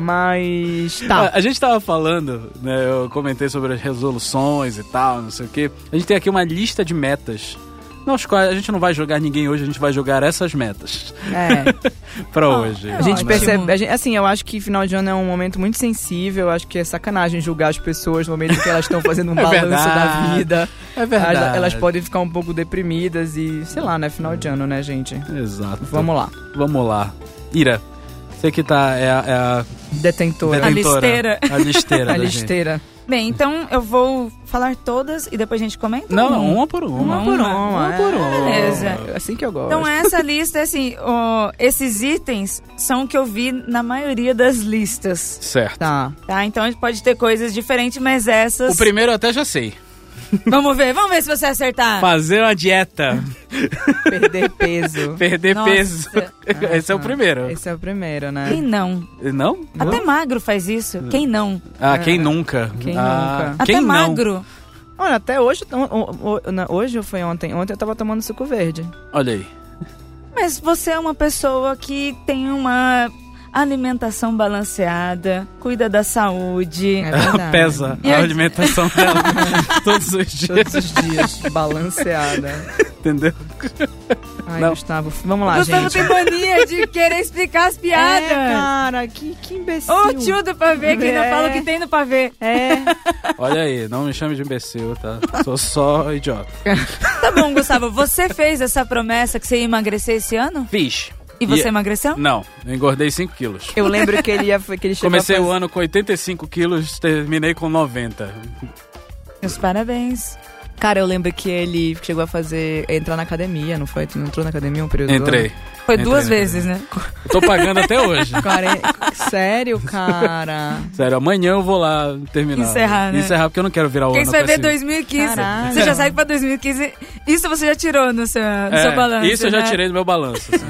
Speaker 6: Mas tá.
Speaker 4: É, A, a gente tava falando, né? Eu comentei sobre as resoluções e tal, não sei o quê. A gente tem aqui uma lista de metas. Não, as quais a gente não vai jogar ninguém hoje, a gente vai jogar essas metas
Speaker 6: É.
Speaker 4: pra hoje.
Speaker 5: é
Speaker 6: A gente
Speaker 5: Ótimo.
Speaker 6: percebe, a gente- assim, eu acho que final de ano é um momento muito sensível, eu acho que é sacanagem julgar as pessoas no momento em que elas estão fazendo um
Speaker 4: É
Speaker 6: balanço
Speaker 4: verdade.
Speaker 6: da vida.
Speaker 4: É
Speaker 6: Elas,
Speaker 4: verdade.
Speaker 6: elas podem ficar um pouco deprimidas e, sei lá, né, final de ano, né, gente?
Speaker 4: Exato. Vamos,
Speaker 6: Vamos lá.
Speaker 4: vamos lá. Ira, você que tá. É a, é a
Speaker 6: Detentora.
Speaker 4: detentora.
Speaker 5: A listeira.
Speaker 4: A listeira.
Speaker 6: A
Speaker 4: da gente.
Speaker 6: listeira.
Speaker 5: Bem, então eu vou falar todas e depois a gente comenta?
Speaker 4: Não, não, uma por uma.
Speaker 5: Uma por uma,
Speaker 4: Uma por uma.
Speaker 5: beleza.
Speaker 6: É Assim que eu gosto.
Speaker 5: Então essa lista, assim, ó, esses itens são o que eu vi na maioria das listas,
Speaker 1: Certo.
Speaker 6: Tá.
Speaker 5: tá? Então a gente pode ter coisas diferentes, mas essas...
Speaker 4: O primeiro eu até já sei.
Speaker 5: Vamos ver, vamos ver se você
Speaker 6: Ah.
Speaker 5: acertar.
Speaker 4: Fazer uma dieta.
Speaker 6: Perder peso.
Speaker 4: Perder
Speaker 5: Nossa.
Speaker 4: peso. Esse é o primeiro.
Speaker 6: Esse é o primeiro,
Speaker 5: Quem
Speaker 6: né?
Speaker 5: não?
Speaker 4: Não?
Speaker 5: Até magro faz isso. Quem não?
Speaker 4: Ah, quem nunca?
Speaker 6: Quem
Speaker 4: Ah,
Speaker 6: nunca?
Speaker 4: Quem
Speaker 5: Até
Speaker 4: não?
Speaker 5: magro.
Speaker 6: Olha, até hoje. o- o- o- na- Hoje ou foi ontem? Ontem eu tava tomando suco verde.
Speaker 4: Olha aí.
Speaker 5: Mas você é uma pessoa que tem uma alimentação balanceada, cuida da saúde.
Speaker 6: É verdade.
Speaker 4: Pesa
Speaker 5: E
Speaker 4: a
Speaker 5: a-
Speaker 4: alimentação dela todos os dias,
Speaker 6: Todos os dias, balanceada.
Speaker 4: entendeu?
Speaker 6: Ai,
Speaker 4: Não.
Speaker 6: Gustavo, vamos
Speaker 4: ah,
Speaker 6: lá,
Speaker 5: Gustavo tá
Speaker 6: gente.
Speaker 5: tem mania de querer explicar as
Speaker 6: É,
Speaker 5: piadas.
Speaker 6: cara, que, que imbecil.
Speaker 5: Ô tio do pavê, que não
Speaker 6: É.
Speaker 5: fala o que tem no pavê.
Speaker 6: É.
Speaker 4: Olha aí, não me chame de imbecil, tá? Sou só idiota.
Speaker 5: Tá bom, Gustavo, você fez essa promessa que você ia emagrecer esse ano?
Speaker 4: Fiz.
Speaker 5: E você é
Speaker 4: E-
Speaker 5: emagreceu?
Speaker 4: Não, eu engordei 5 quilos.
Speaker 6: Eu lembro que ele ia que ele chegou
Speaker 4: Comecei
Speaker 6: a
Speaker 4: o
Speaker 6: fazer...
Speaker 4: ano com 85 quilos, terminei com 90.
Speaker 5: Meus parabéns.
Speaker 6: Cara, eu lembro que ele chegou a fazer. entrar na academia, não foi? Tu não entrou na academia um período? do
Speaker 4: Entrei.
Speaker 5: Foi
Speaker 4: Entrei
Speaker 5: duas
Speaker 4: na
Speaker 5: vezes, né?
Speaker 4: Eu tô pagando até hoje.
Speaker 6: ano? Cara, é- sério, cara.
Speaker 4: Sério, amanhã eu vou lá terminar.
Speaker 5: Encerrar, né?
Speaker 4: Encerrar, porque eu não assim. quero virar o
Speaker 5: Porque
Speaker 4: ano
Speaker 5: isso vai
Speaker 4: pra
Speaker 5: ver
Speaker 4: cima.
Speaker 5: 2015.
Speaker 6: Caralho.
Speaker 5: Você já segue pra 2015. Isso você já tirou no seu, no
Speaker 4: É,
Speaker 5: seu balanço.
Speaker 4: Isso eu já
Speaker 5: né?
Speaker 4: tirei do meu balanço. assim.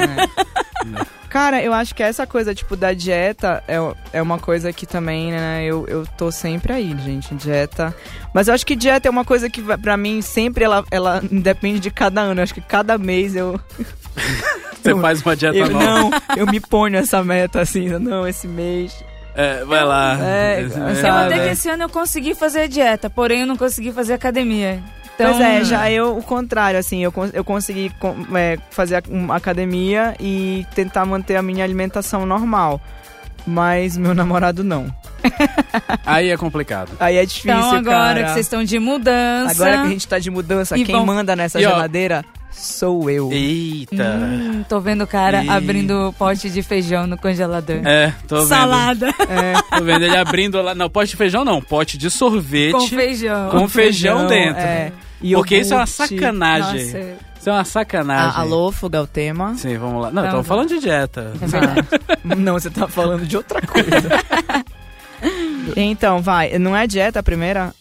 Speaker 6: Cara, eu acho que essa coisa, tipo, da dieta é, é uma coisa que também, né, eu, eu tô sempre aí, gente, dieta. Mas eu acho que dieta é uma coisa que, vai- pra mim, sempre ela, ela depende de cada ano. Eu acho que cada mês eu,
Speaker 4: Você faz uma dieta
Speaker 6: eu
Speaker 4: nova.
Speaker 6: não, eu me ponho essa meta, assim, não, esse mês.
Speaker 4: É, vai lá.
Speaker 6: É,
Speaker 5: Eu
Speaker 6: sabe?
Speaker 5: até que esse ano eu consegui fazer dieta, porém eu não consegui fazer academia. Então,
Speaker 6: Pois é, já eu o contrário, assim, eu, cons- eu consegui com- é, fazer a- uma academia e tentar manter a minha alimentação normal. Mas meu namorado não.
Speaker 4: Aí é complicado.
Speaker 6: Aí é difícil,
Speaker 5: Então agora
Speaker 6: cara.
Speaker 5: que vocês estão de mudança.
Speaker 6: Agora que a gente tá de mudança,
Speaker 5: E
Speaker 6: quem
Speaker 5: vão-
Speaker 6: manda nessa
Speaker 4: E, ó,
Speaker 6: geladeira sou eu.
Speaker 4: Eita.
Speaker 5: Hum, tô vendo o cara
Speaker 4: Ih.
Speaker 5: abrindo o pote de feijão no congelador.
Speaker 4: É, tô vendo.
Speaker 5: Salada
Speaker 4: Tô vendo ele abrindo lá. Não, pote de feijão não, pote de sorvete
Speaker 5: com
Speaker 4: com,
Speaker 5: feijão.
Speaker 4: feijão, dentro.
Speaker 6: É,
Speaker 4: Porque
Speaker 6: iogurte.
Speaker 4: isso é uma sacanagem.
Speaker 5: Nossa, é
Speaker 4: Isso é uma sacanagem.
Speaker 6: Ah, alôfago é o tema.
Speaker 4: Sim, vamos lá. Não,
Speaker 5: Vamos.
Speaker 4: estamos falando de dieta.
Speaker 5: é verdade.
Speaker 6: Não, você tá falando de outra coisa. então, vai. Não é dieta a primeira?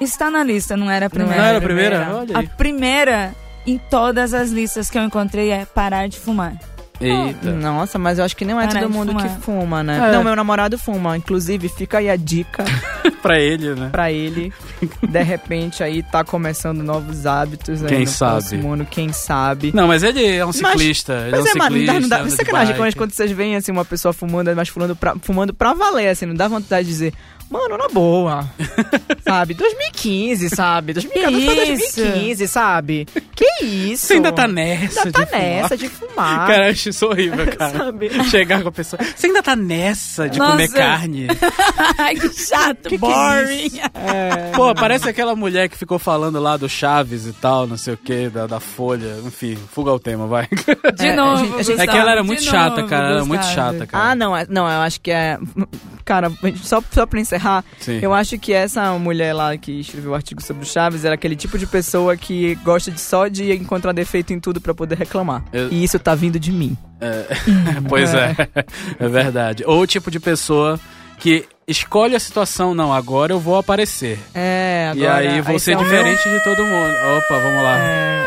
Speaker 5: Está na lista, não era a
Speaker 4: Não
Speaker 5: primeira.
Speaker 4: era a primeira? Olha
Speaker 5: A
Speaker 4: aí.
Speaker 5: primeira em todas as listas que eu encontrei é parar de fumar.
Speaker 4: Eita.
Speaker 6: Nossa, mas eu acho que não é
Speaker 5: Parar
Speaker 6: todo
Speaker 5: de
Speaker 6: mundo
Speaker 5: fumar.
Speaker 6: que fuma, né?
Speaker 4: É.
Speaker 6: Não, meu namorado fuma. Inclusive, fica aí a dica
Speaker 4: pra ele, né?
Speaker 6: pra ele. De repente, aí tá começando novos hábitos. aí
Speaker 4: Quem
Speaker 6: no
Speaker 4: sabe?
Speaker 6: próximo ano, quem sabe?
Speaker 4: Não, mas ele é um ciclista. ele é um
Speaker 6: Mas é, mano, não
Speaker 4: ciclista.
Speaker 6: dá, não dá
Speaker 4: anda de
Speaker 6: sacanagem quando,
Speaker 4: bike.
Speaker 6: quando vocês veem assim uma pessoa fumando, mas fumando pra, fumando pra valer, assim, não dá vontade de dizer, mano, na boa. sabe? 2015, sabe? 2014 pra
Speaker 5: isso?
Speaker 6: 2015, sabe? Que isso?
Speaker 4: Você ainda tá nessa,
Speaker 6: Ainda tá
Speaker 4: de fumar?
Speaker 6: nessa de fumar.
Speaker 4: Cara, eu acho isso horrível, cara.
Speaker 6: sabe?
Speaker 4: Chegar com a pessoa. Você ainda tá nessa de
Speaker 5: Nossa.
Speaker 4: comer carne?
Speaker 5: Ai, que chato,
Speaker 4: é
Speaker 5: boring. É.
Speaker 4: Pô, parece aquela mulher que ficou falando lá do Chaves e tal, não sei o que, da, da Folha. Enfim, fuga ao tema, vai.
Speaker 5: de novo,
Speaker 6: gente- a gente-
Speaker 4: É que É ela era muito
Speaker 5: de
Speaker 4: chata,
Speaker 5: novo,
Speaker 4: cara. Ela era muito
Speaker 5: Gustavo.
Speaker 4: chata, cara.
Speaker 6: Ah, não, é- não, eu acho que é. Cara, só, só pra encerrar,
Speaker 4: Sim.
Speaker 6: eu acho que essa mulher lá que escreveu o artigo sobre o Chaves era aquele tipo de pessoa que gosta de só de encontrar defeito em tudo pra poder reclamar.
Speaker 4: Eu-
Speaker 6: E isso tá vindo de mim.
Speaker 4: É, pois é. é verdade. Ou o tipo de pessoa que escolhe a situação, não, agora eu vou aparecer.
Speaker 6: É, É. agora.
Speaker 4: e aí vou ser
Speaker 6: são-
Speaker 4: diferente de todo mundo. Opa, vamos lá.
Speaker 5: É.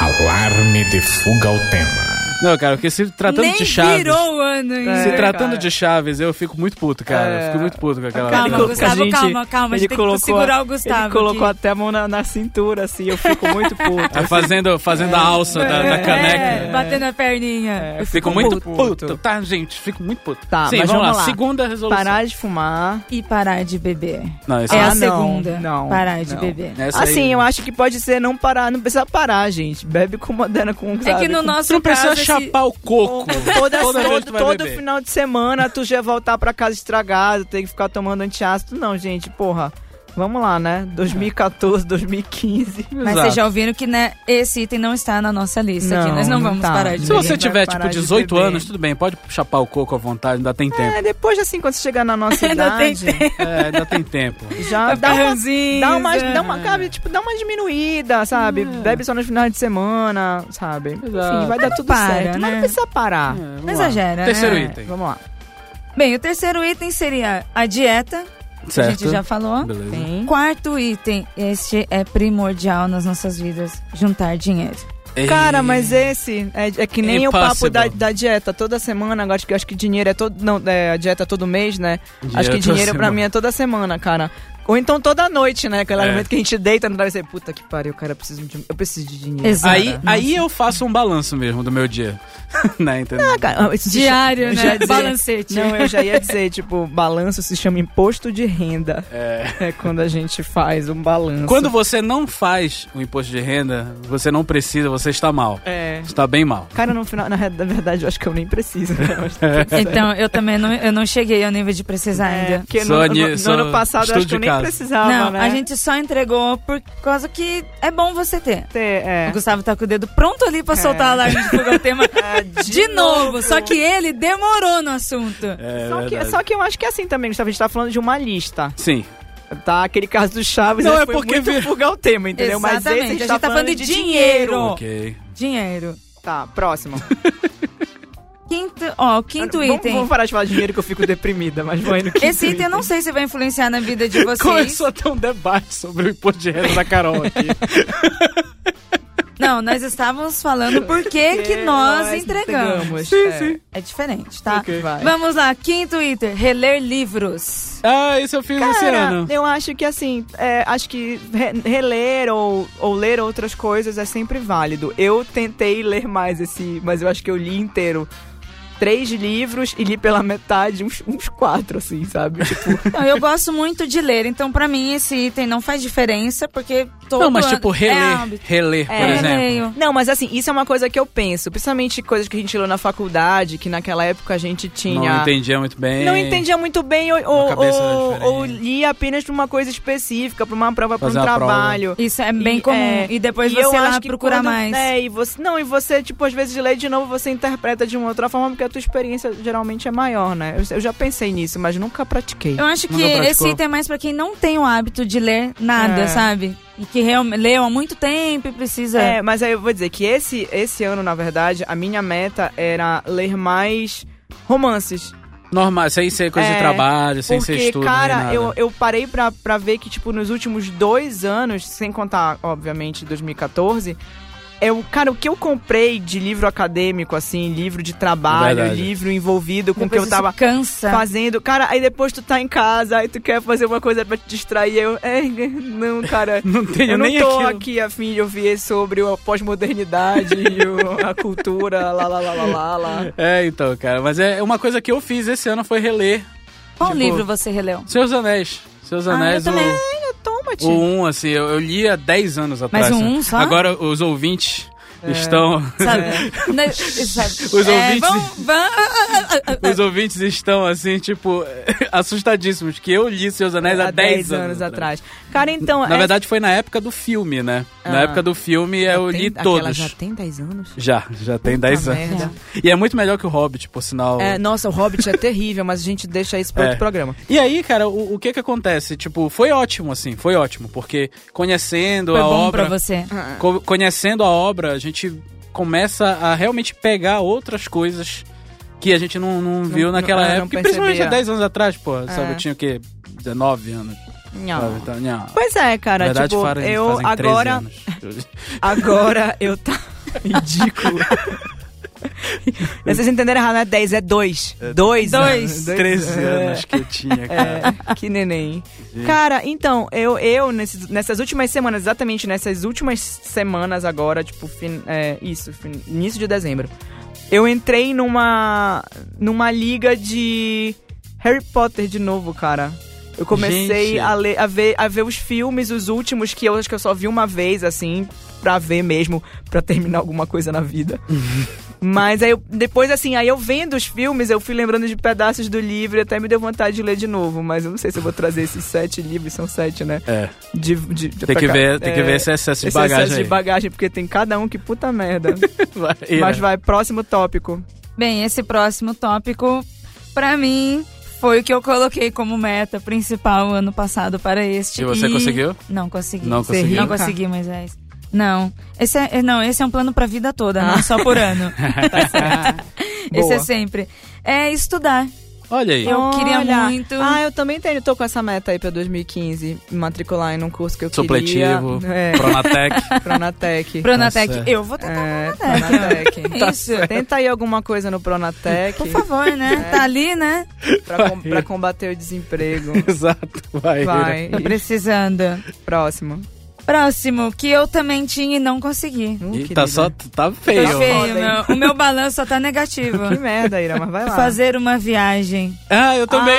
Speaker 7: Alarme de fuga ao tema.
Speaker 4: Não, cara, porque se tratando
Speaker 5: Nem
Speaker 4: de Chaves.
Speaker 5: virou né, o ano ainda.
Speaker 4: Se
Speaker 6: É,
Speaker 4: tratando
Speaker 6: cara.
Speaker 4: de Chaves, eu fico muito puto, cara.
Speaker 6: É.
Speaker 4: Eu fico muito puto com aquela.
Speaker 5: Calma,
Speaker 6: Ele-
Speaker 5: Gustavo,
Speaker 6: gente,
Speaker 5: calma, calma. A gente
Speaker 6: ele
Speaker 5: tem
Speaker 6: colocou-
Speaker 5: que segurar o Gustavo.
Speaker 6: Ele colocou
Speaker 5: aqui.
Speaker 6: até a mão na, na cintura, assim, eu fico muito puto.
Speaker 4: Tá fazendo, fazendo a alça tá da, da
Speaker 5: É,
Speaker 4: caneca. É.
Speaker 5: batendo a perninha.
Speaker 4: Eu fico muito puto. Tá, gente, fico muito puto.
Speaker 6: Tá,
Speaker 4: Sim,
Speaker 6: mas
Speaker 4: vamos,
Speaker 6: vamos
Speaker 4: lá.
Speaker 6: lá.
Speaker 4: Segunda resolução.
Speaker 6: Parar de fumar.
Speaker 5: E parar de beber.
Speaker 4: ah, Não, É, esse
Speaker 5: é a
Speaker 6: não,
Speaker 5: segunda.
Speaker 6: não,
Speaker 5: parar de
Speaker 6: não.
Speaker 5: beber. É
Speaker 4: essa aí-
Speaker 6: Assim, eu acho que pode ser não parar, não precisa parar, gente. Bebe com moderna, com
Speaker 5: É
Speaker 6: sabe,
Speaker 5: que no
Speaker 6: com
Speaker 5: nosso
Speaker 4: Tu não precisa
Speaker 5: caso, esse-
Speaker 4: chapar o coco.
Speaker 6: Toda,
Speaker 4: Toda vez
Speaker 6: todo
Speaker 4: tu vai
Speaker 6: todo
Speaker 4: beber.
Speaker 6: final de semana tu já ia voltar pra casa estragado, tem que ficar tomando antiácido. Não, gente, porra. Vamos lá, né? 2014, 2015.
Speaker 5: Mas vocês já ouviram que né, esse item não está na nossa lista aqui.
Speaker 6: Não,
Speaker 5: Nós não
Speaker 6: não
Speaker 5: vamos
Speaker 6: tá.
Speaker 5: parar de
Speaker 4: Se
Speaker 5: beber.
Speaker 4: você
Speaker 6: Ninguém vai
Speaker 4: tiver,
Speaker 6: parar
Speaker 4: tipo,
Speaker 6: de
Speaker 4: 18
Speaker 6: beber.
Speaker 4: anos, tudo bem, pode chapar o coco à vontade, ainda tem tempo.
Speaker 6: É, depois assim, quando você chegar na nossa
Speaker 5: Ainda tem
Speaker 6: idade,
Speaker 4: É, ainda tem tempo.
Speaker 6: já dá
Speaker 5: Dá
Speaker 6: uma,
Speaker 5: ranzinza.
Speaker 6: dá uma, dá uma, cara, tipo, dá uma diminuída, sabe? Bebe só nos finais de semana, sabe? Enfim, vai dar tudo
Speaker 5: Para,
Speaker 6: certo. Hum. Mas
Speaker 5: né?
Speaker 6: não É. precisa parar.
Speaker 4: É,
Speaker 5: Não exagera,
Speaker 4: Terceiro
Speaker 5: né?
Speaker 4: item.
Speaker 6: Vamos lá.
Speaker 5: Bem, o terceiro item seria a dieta. que A
Speaker 4: Certo.
Speaker 5: gente já falou.
Speaker 4: Beleza.
Speaker 6: Sim.
Speaker 5: Quarto item. Este é primordial nas nossas vidas. Juntar dinheiro.
Speaker 6: Cara, mas esse é, é que nem o papo
Speaker 4: Impossible.
Speaker 6: da, da dieta toda semana. Agora acho que acho que dinheiro é todo não é a dieta todo mês, né? acho que
Speaker 4: Dinheiro toda
Speaker 6: dinheiro pra
Speaker 4: semana.
Speaker 6: mim é toda semana, cara. Ou então toda noite, né? Aquele
Speaker 4: É.
Speaker 6: momento que a gente deita no travesseiro, puta que pariu, cara, eu preciso de, um, eu preciso de dinheiro.
Speaker 5: Exato.
Speaker 4: Aí, aí eu faço um balanço mesmo do meu dia. né, entendeu?
Speaker 6: Ah, cara, isso se
Speaker 5: Diário,
Speaker 6: chama- eu já
Speaker 5: né?
Speaker 6: ia dizer-
Speaker 5: Balancete.
Speaker 6: Não, eu já ia dizer, tipo, balanço se chama imposto de renda. É, quando a gente faz um balanço.
Speaker 4: Quando você não faz o imposto de renda, você não precisa, você está mal.
Speaker 6: É.
Speaker 4: Você está bem mal.
Speaker 6: Cara, no final, na re- na verdade, eu acho que eu nem preciso. né? Mas-
Speaker 5: Então, eu também não, eu não cheguei ao nível de precisar
Speaker 6: É,
Speaker 5: ainda.
Speaker 6: porque
Speaker 4: Só
Speaker 6: no, no-
Speaker 4: ni-
Speaker 6: no
Speaker 4: só
Speaker 6: ano passado
Speaker 4: estudo
Speaker 6: eu acho que eu
Speaker 4: de
Speaker 6: nem
Speaker 4: caso.
Speaker 6: precisava,
Speaker 5: Não,
Speaker 6: né?
Speaker 5: a gente só entregou por causa que é bom você ter.
Speaker 6: ter, é.
Speaker 5: O Gustavo tá com o dedo pronto ali pra soltar a alarme de fuga ao tema de, novo. Só que ele demorou no assunto.
Speaker 4: É,
Speaker 6: Só que,
Speaker 4: verdade.
Speaker 6: é só que eu acho que é assim também, Gustavo. A gente tá falando de uma lista.
Speaker 4: Sim.
Speaker 6: Tá aquele caso do Chaves,
Speaker 4: Não,
Speaker 6: né,
Speaker 4: é
Speaker 6: foi
Speaker 4: porque
Speaker 6: muito
Speaker 4: vi-
Speaker 6: vulgar o tema, entendeu? Mas esse a gente, tá, falando de, dinheiro.
Speaker 4: Ok.
Speaker 5: Dinheiro.
Speaker 6: Tá, próximo.
Speaker 5: Quinto, ó, o quinto
Speaker 6: vamos,
Speaker 5: item.
Speaker 6: Vamos parar de falar de dinheiro que eu fico deprimida, mas vai no quinto
Speaker 5: Esse item eu não sei se vai influenciar na vida de vocês.
Speaker 4: Começou a ter um debate sobre o imposto de renda da Carol aqui.
Speaker 5: Não, nós estávamos falando por que É que nós entregamos.
Speaker 6: Sim, sim.
Speaker 5: É diferente, tá?
Speaker 6: Ok. Vai.
Speaker 5: Vamos lá, quinto item, reler livros.
Speaker 4: ah, isso eu fiz esse ano.
Speaker 6: eu acho que assim, é, acho que re- reler ou, ou ler outras coisas é sempre válido. Eu tentei ler mais esse, mas eu acho que eu li inteiro. Três livros e li pela metade uns, uns quatro, assim, sabe? Tipo,
Speaker 5: Não, eu gosto muito de ler, então pra mim esse item não faz diferença, porque todo
Speaker 4: Não, mas
Speaker 5: ano-
Speaker 4: tipo,
Speaker 5: É
Speaker 4: reler.
Speaker 5: hábito.
Speaker 4: reler, por
Speaker 5: É,
Speaker 4: exemplo.
Speaker 5: releio.
Speaker 6: Não, mas assim, isso é uma coisa que eu penso. Principalmente coisas que a gente leu na faculdade, que naquela época a gente tinha.
Speaker 4: Não entendia muito bem.
Speaker 6: Não entendia muito bem, ou, ou,
Speaker 4: cabeça era
Speaker 6: ou-
Speaker 4: diferente.
Speaker 6: ou lia apenas pra uma coisa específica, pra uma prova, pra um
Speaker 4: Fazer uma prova.
Speaker 6: trabalho.
Speaker 5: Isso é bem
Speaker 6: E,
Speaker 5: comum.
Speaker 6: é,
Speaker 5: e depois
Speaker 6: e eu
Speaker 5: você
Speaker 6: acho
Speaker 5: lá
Speaker 6: que
Speaker 5: procurar
Speaker 6: quando-
Speaker 5: mais.
Speaker 6: É, e você, não, e você, tipo, às vezes lê de novo, você interpreta de uma outra forma, porque a tua experiência geralmente é maior, né? Eu, eu já pensei nisso, mas nunca pratiquei.
Speaker 5: Eu acho que
Speaker 4: Nunca praticou?
Speaker 5: esse item é mais pra quem não tem o hábito de ler nada,
Speaker 6: É.
Speaker 5: sabe? E que realmente leu há muito tempo e precisa.
Speaker 6: É, mas aí eu vou dizer que esse, esse ano, na verdade, a minha meta era ler mais romances.
Speaker 4: Normal, sem ser coisa de
Speaker 6: É,
Speaker 4: trabalho, sem ser
Speaker 6: Porque,
Speaker 4: estudo. nem
Speaker 6: cara,
Speaker 4: nada.
Speaker 6: eu, eu parei pra, pra ver que, tipo, nos últimos dois anos, sem contar, obviamente, 2014, eu, cara, é o que eu comprei de livro acadêmico, assim, livro de trabalho,
Speaker 4: Verdade.
Speaker 6: livro envolvido com o que
Speaker 5: Depois
Speaker 6: eu
Speaker 5: isso
Speaker 6: tava
Speaker 5: Cansa.
Speaker 6: fazendo. Cara, aí depois tu tá em casa, aí tu quer fazer uma coisa pra te distrair, eu, é, não, cara.
Speaker 4: não tenho
Speaker 6: Eu não
Speaker 4: nem
Speaker 6: tô
Speaker 4: aquilo.
Speaker 6: aqui a fim de ouvir sobre a pós-modernidade e o- a cultura, lá, lá, lá, lá, lá, lá.
Speaker 4: É, então, cara. Mas é uma coisa que eu fiz esse ano foi reler
Speaker 5: Qual
Speaker 4: tipo-
Speaker 5: livro você releu?
Speaker 4: Seus Anéis. Seus Anéis,
Speaker 5: eu também.
Speaker 4: o,
Speaker 6: Toma,
Speaker 4: o
Speaker 6: tio.
Speaker 4: 1, assim, eu, eu li há 10 anos atrás.
Speaker 5: um
Speaker 4: né?
Speaker 5: um só?
Speaker 4: Agora os ouvintes estão.
Speaker 5: Sabe? Né, sabe?
Speaker 4: Os ouvintes-
Speaker 5: vão- vão-
Speaker 4: Os ouvintes estão, assim, tipo, assustadíssimos, que eu li Seus Anéis há 10 anos,
Speaker 6: atrás. Cara, então.
Speaker 4: Na
Speaker 6: é-
Speaker 4: verdade, foi na época do filme, né? Na
Speaker 6: Ah.
Speaker 4: época do filme, eu li
Speaker 6: Tem- aquela
Speaker 4: todos.
Speaker 6: já tem 10 anos?
Speaker 4: Já, já tem 10
Speaker 6: Puta
Speaker 4: anos.
Speaker 6: merda.
Speaker 4: E é muito melhor que o Hobbit, por sinal.
Speaker 6: É, nossa, o Hobbit é terrível, mas a gente deixa isso pra
Speaker 4: É.
Speaker 6: outro programa.
Speaker 4: E aí, cara, o, o que que acontece? Tipo, foi ótimo, assim, foi ótimo, porque conhecendo
Speaker 5: Foi
Speaker 4: a
Speaker 5: bom
Speaker 4: obra, Ah.
Speaker 5: pra você.
Speaker 4: co- conhecendo a obra, a gente começa a realmente pegar outras coisas que a gente não, não viu naquela
Speaker 6: não- ah, não
Speaker 4: época, e principalmente
Speaker 6: percebia.
Speaker 4: há 10 anos atrás, pô, sabe?
Speaker 6: É.
Speaker 4: Eu tinha o quê? 19 anos. sabe? Então, não.
Speaker 6: Pois é, cara,
Speaker 4: Na verdade,
Speaker 6: tipo,
Speaker 4: fazem-
Speaker 6: eu
Speaker 4: fazem 13
Speaker 6: agora,
Speaker 4: anos.
Speaker 6: agora eu tá ridículo. Vocês entenderam errado, não é 10, é 2. 2.
Speaker 4: Dois, 13 anos que eu tinha, cara.
Speaker 6: É, que neném. Cara, então, eu, eu nesses- nessas últimas semanas, exatamente nessas últimas semanas agora, tipo, fin- é, isso, fin- início de dezembro, eu entrei numa, numa liga de Harry Potter de novo, cara. Eu comecei
Speaker 4: Gente.
Speaker 6: a, ler, a, ver, a ver os filmes, os últimos, que eu acho que eu só vi uma vez, assim, pra ver mesmo, pra terminar alguma coisa na vida. Mas aí eu, depois, assim, aí eu vendo os filmes, eu fui lembrando de pedaços do livro e até me deu vontade de ler de novo. Mas eu não sei se eu vou trazer esses sete livros, são sete, né?
Speaker 4: É.
Speaker 6: De, de- de-
Speaker 4: Tem que
Speaker 6: pra cá.
Speaker 4: ver, tem que
Speaker 6: É,
Speaker 4: ver esse excesso de
Speaker 6: esse
Speaker 4: bagagem
Speaker 6: excesso de
Speaker 4: aí.
Speaker 6: bagagem, porque tem cada um que puta merda.
Speaker 4: Vai,
Speaker 6: Mas
Speaker 4: é.
Speaker 6: vai, próximo tópico.
Speaker 5: Bem, esse próximo tópico, pra mim, foi o que eu coloquei como meta principal ano passado para este.
Speaker 4: E você conseguiu?
Speaker 5: Não consegui.
Speaker 4: Não
Speaker 5: Ser
Speaker 4: conseguiu? Tá.
Speaker 5: Não consegui, Moisés. Não. Esse é, não, esse é um plano pra vida toda,
Speaker 4: Ah.
Speaker 5: não só por ano. Tá esse
Speaker 6: Boa.
Speaker 5: é sempre. É estudar.
Speaker 4: Olha aí.
Speaker 5: Eu queria
Speaker 6: Olha,
Speaker 5: muito.
Speaker 6: Ah, eu também tenho, tô com essa meta aí pra 2015, me matricular em um curso que eu
Speaker 4: Supletivo,
Speaker 6: queria. É,
Speaker 4: Pronatec.
Speaker 6: Pronatec.
Speaker 5: Pronatec,
Speaker 4: certo.
Speaker 5: eu vou tentar
Speaker 6: É,
Speaker 5: Pronatec.
Speaker 6: Pronatec.
Speaker 5: Isso.
Speaker 6: Tenta aí alguma coisa no Pronatec
Speaker 5: Tá Por favor, né? Tá ali, né?
Speaker 6: pra, com- pra combater o desemprego.
Speaker 4: Exato, vai.
Speaker 6: Vai,
Speaker 5: Precisando.
Speaker 6: próximo.
Speaker 5: Próximo, que eu também tinha e não consegui.
Speaker 6: Hum,
Speaker 4: E
Speaker 6: querida.
Speaker 4: tá só, tá
Speaker 5: Tá
Speaker 4: feio.
Speaker 5: feio,
Speaker 6: Foda, hein?
Speaker 5: meu. O meu balanço só tá negativo.
Speaker 6: Que merda, Ira, mas vai lá.
Speaker 5: Fazer uma viagem.
Speaker 4: Ah, eu também.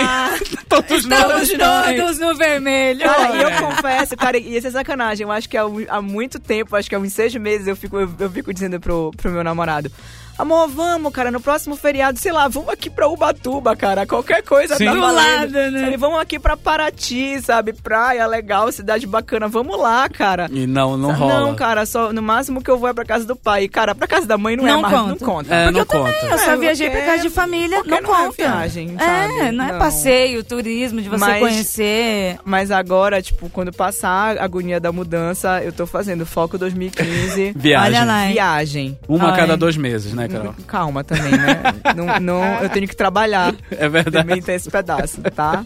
Speaker 4: Todos nós.
Speaker 5: Estamos Tá todos no vermelho.
Speaker 4: É,
Speaker 6: Cara, e eu confesso, cara, e essa é sacanagem. Eu acho que há, mu- há muito tempo, acho que há uns seis meses, eu fico, eu, eu fico dizendo pro, pro meu namorado. Amor, vamos, cara, no próximo feriado, sei lá, vamos aqui pra Ubatuba, cara. Qualquer coisa
Speaker 4: Sim.
Speaker 6: tá
Speaker 4: Do
Speaker 6: valendo.
Speaker 5: lado, né?
Speaker 6: Sabe, Vamos aqui pra Paraty, sabe? Praia legal, cidade bacana. Vamos lá, cara.
Speaker 4: E não, não
Speaker 6: Sa-
Speaker 4: rola.
Speaker 6: Não, cara, só no máximo que eu vou é pra casa do pai. E, cara, pra casa da mãe não, é
Speaker 5: Não
Speaker 6: mais, não
Speaker 5: conta.
Speaker 6: conta.
Speaker 4: É,
Speaker 5: Porque
Speaker 4: não
Speaker 5: eu
Speaker 4: conta.
Speaker 5: também, eu
Speaker 6: É,
Speaker 5: só viajei pra
Speaker 6: porque-
Speaker 5: casa de família, não
Speaker 6: porque não é
Speaker 5: conta.
Speaker 6: viagem,
Speaker 5: É,
Speaker 6: sabe?
Speaker 5: não é
Speaker 6: Não.
Speaker 5: passeio, turismo, de você
Speaker 6: Mas-
Speaker 5: conhecer.
Speaker 6: Mas agora, tipo, quando passar a agonia da mudança, eu tô fazendo foco 2015.
Speaker 4: Viagem.
Speaker 5: Olha lá, hein?
Speaker 6: Viagem.
Speaker 4: Uma a
Speaker 5: Ai.
Speaker 4: cada dois meses, né, Carol?
Speaker 6: Calma também, né? não, não, eu tenho que trabalhar.
Speaker 4: É verdade.
Speaker 6: Também tem esse pedaço, tá?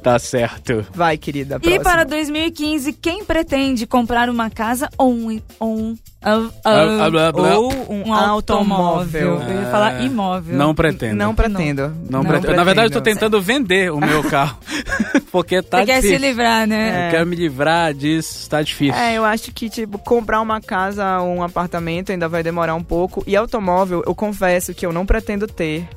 Speaker 4: Tá certo.
Speaker 6: Vai, querida.
Speaker 5: E
Speaker 6: Próxima.
Speaker 5: para 2015, quem pretende comprar uma casa ou um. Ou um, ah, ah,
Speaker 4: Ah, blá, blá. Ah.
Speaker 6: Ou um, automóvel.
Speaker 5: Eu ia falar imóvel.
Speaker 4: Não tá pretendo.
Speaker 6: Não pretendo.
Speaker 4: Não pretendo. Na verdade, eu tô tentando vender o meu carro. porque tá
Speaker 5: Você quer se
Speaker 4: difícil. É.
Speaker 5: livrar, né?
Speaker 4: Eu quero me livrar disso, tá difícil.
Speaker 6: É, eu acho que, tipo, comprar uma casa ou um apartamento ainda vai demorar um pouco. E automóvel, eu confesso que eu não pretendo ter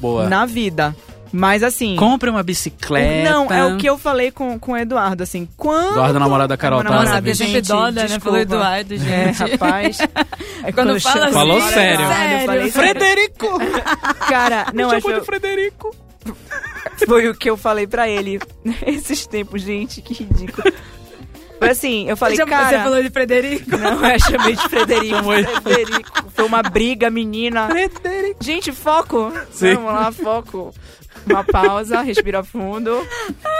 Speaker 4: Boa.
Speaker 6: na vida. Mas assim.
Speaker 4: Compre uma bicicleta.
Speaker 6: Não, é o que eu falei com, com o Eduardo, assim. Quando.
Speaker 4: Eduardo, namorado da Carol, tá?
Speaker 6: Namorado, é
Speaker 4: Nossa,
Speaker 5: porque sempre
Speaker 6: gente,
Speaker 5: dói, né? Falou
Speaker 6: desculpa.
Speaker 5: Eduardo, gente.
Speaker 6: É, rapaz. É
Speaker 5: Quando fala
Speaker 6: chama-
Speaker 5: assim,
Speaker 4: Falou sério.
Speaker 6: Eu falei,
Speaker 4: Frederico!
Speaker 6: Cara, não,
Speaker 4: Me
Speaker 6: é
Speaker 4: chamou de Frederico.
Speaker 6: Foi o que eu falei pra ele esses tempos, gente, que ridículo. Foi assim, eu falei,
Speaker 5: Já-
Speaker 6: cara...
Speaker 5: Você falou de Frederico?
Speaker 6: Não, eu chamei de Frederico. Frederico. Foi uma briga, menina. Frederico. Gente, foco.
Speaker 4: Sim.
Speaker 6: Vamos lá, foco. Uma pausa, respira fundo.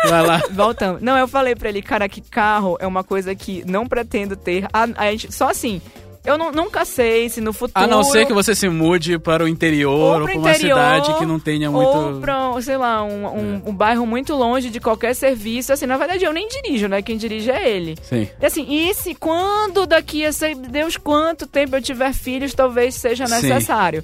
Speaker 4: Vai lá.
Speaker 6: Voltamos. Não, eu falei pra ele, cara, que carro é uma coisa que não pretendo ter. A, a gente, só assim, eu nu- nunca sei se no futuro...
Speaker 4: A não ser que você se mude para o interior ou,
Speaker 6: Ou
Speaker 4: para
Speaker 6: pro
Speaker 4: uma
Speaker 6: interior,
Speaker 4: cidade que não tenha
Speaker 6: Ou
Speaker 4: é muito. É.
Speaker 6: pra, sei lá, um, um, um bairro muito longe de qualquer serviço. Assim, na verdade, eu nem dirijo, né? Quem dirige é ele.
Speaker 4: Sim.
Speaker 6: E assim, e se quando daqui a sei Deus quanto tempo eu tiver filhos, talvez seja
Speaker 4: Sim.
Speaker 6: necessário.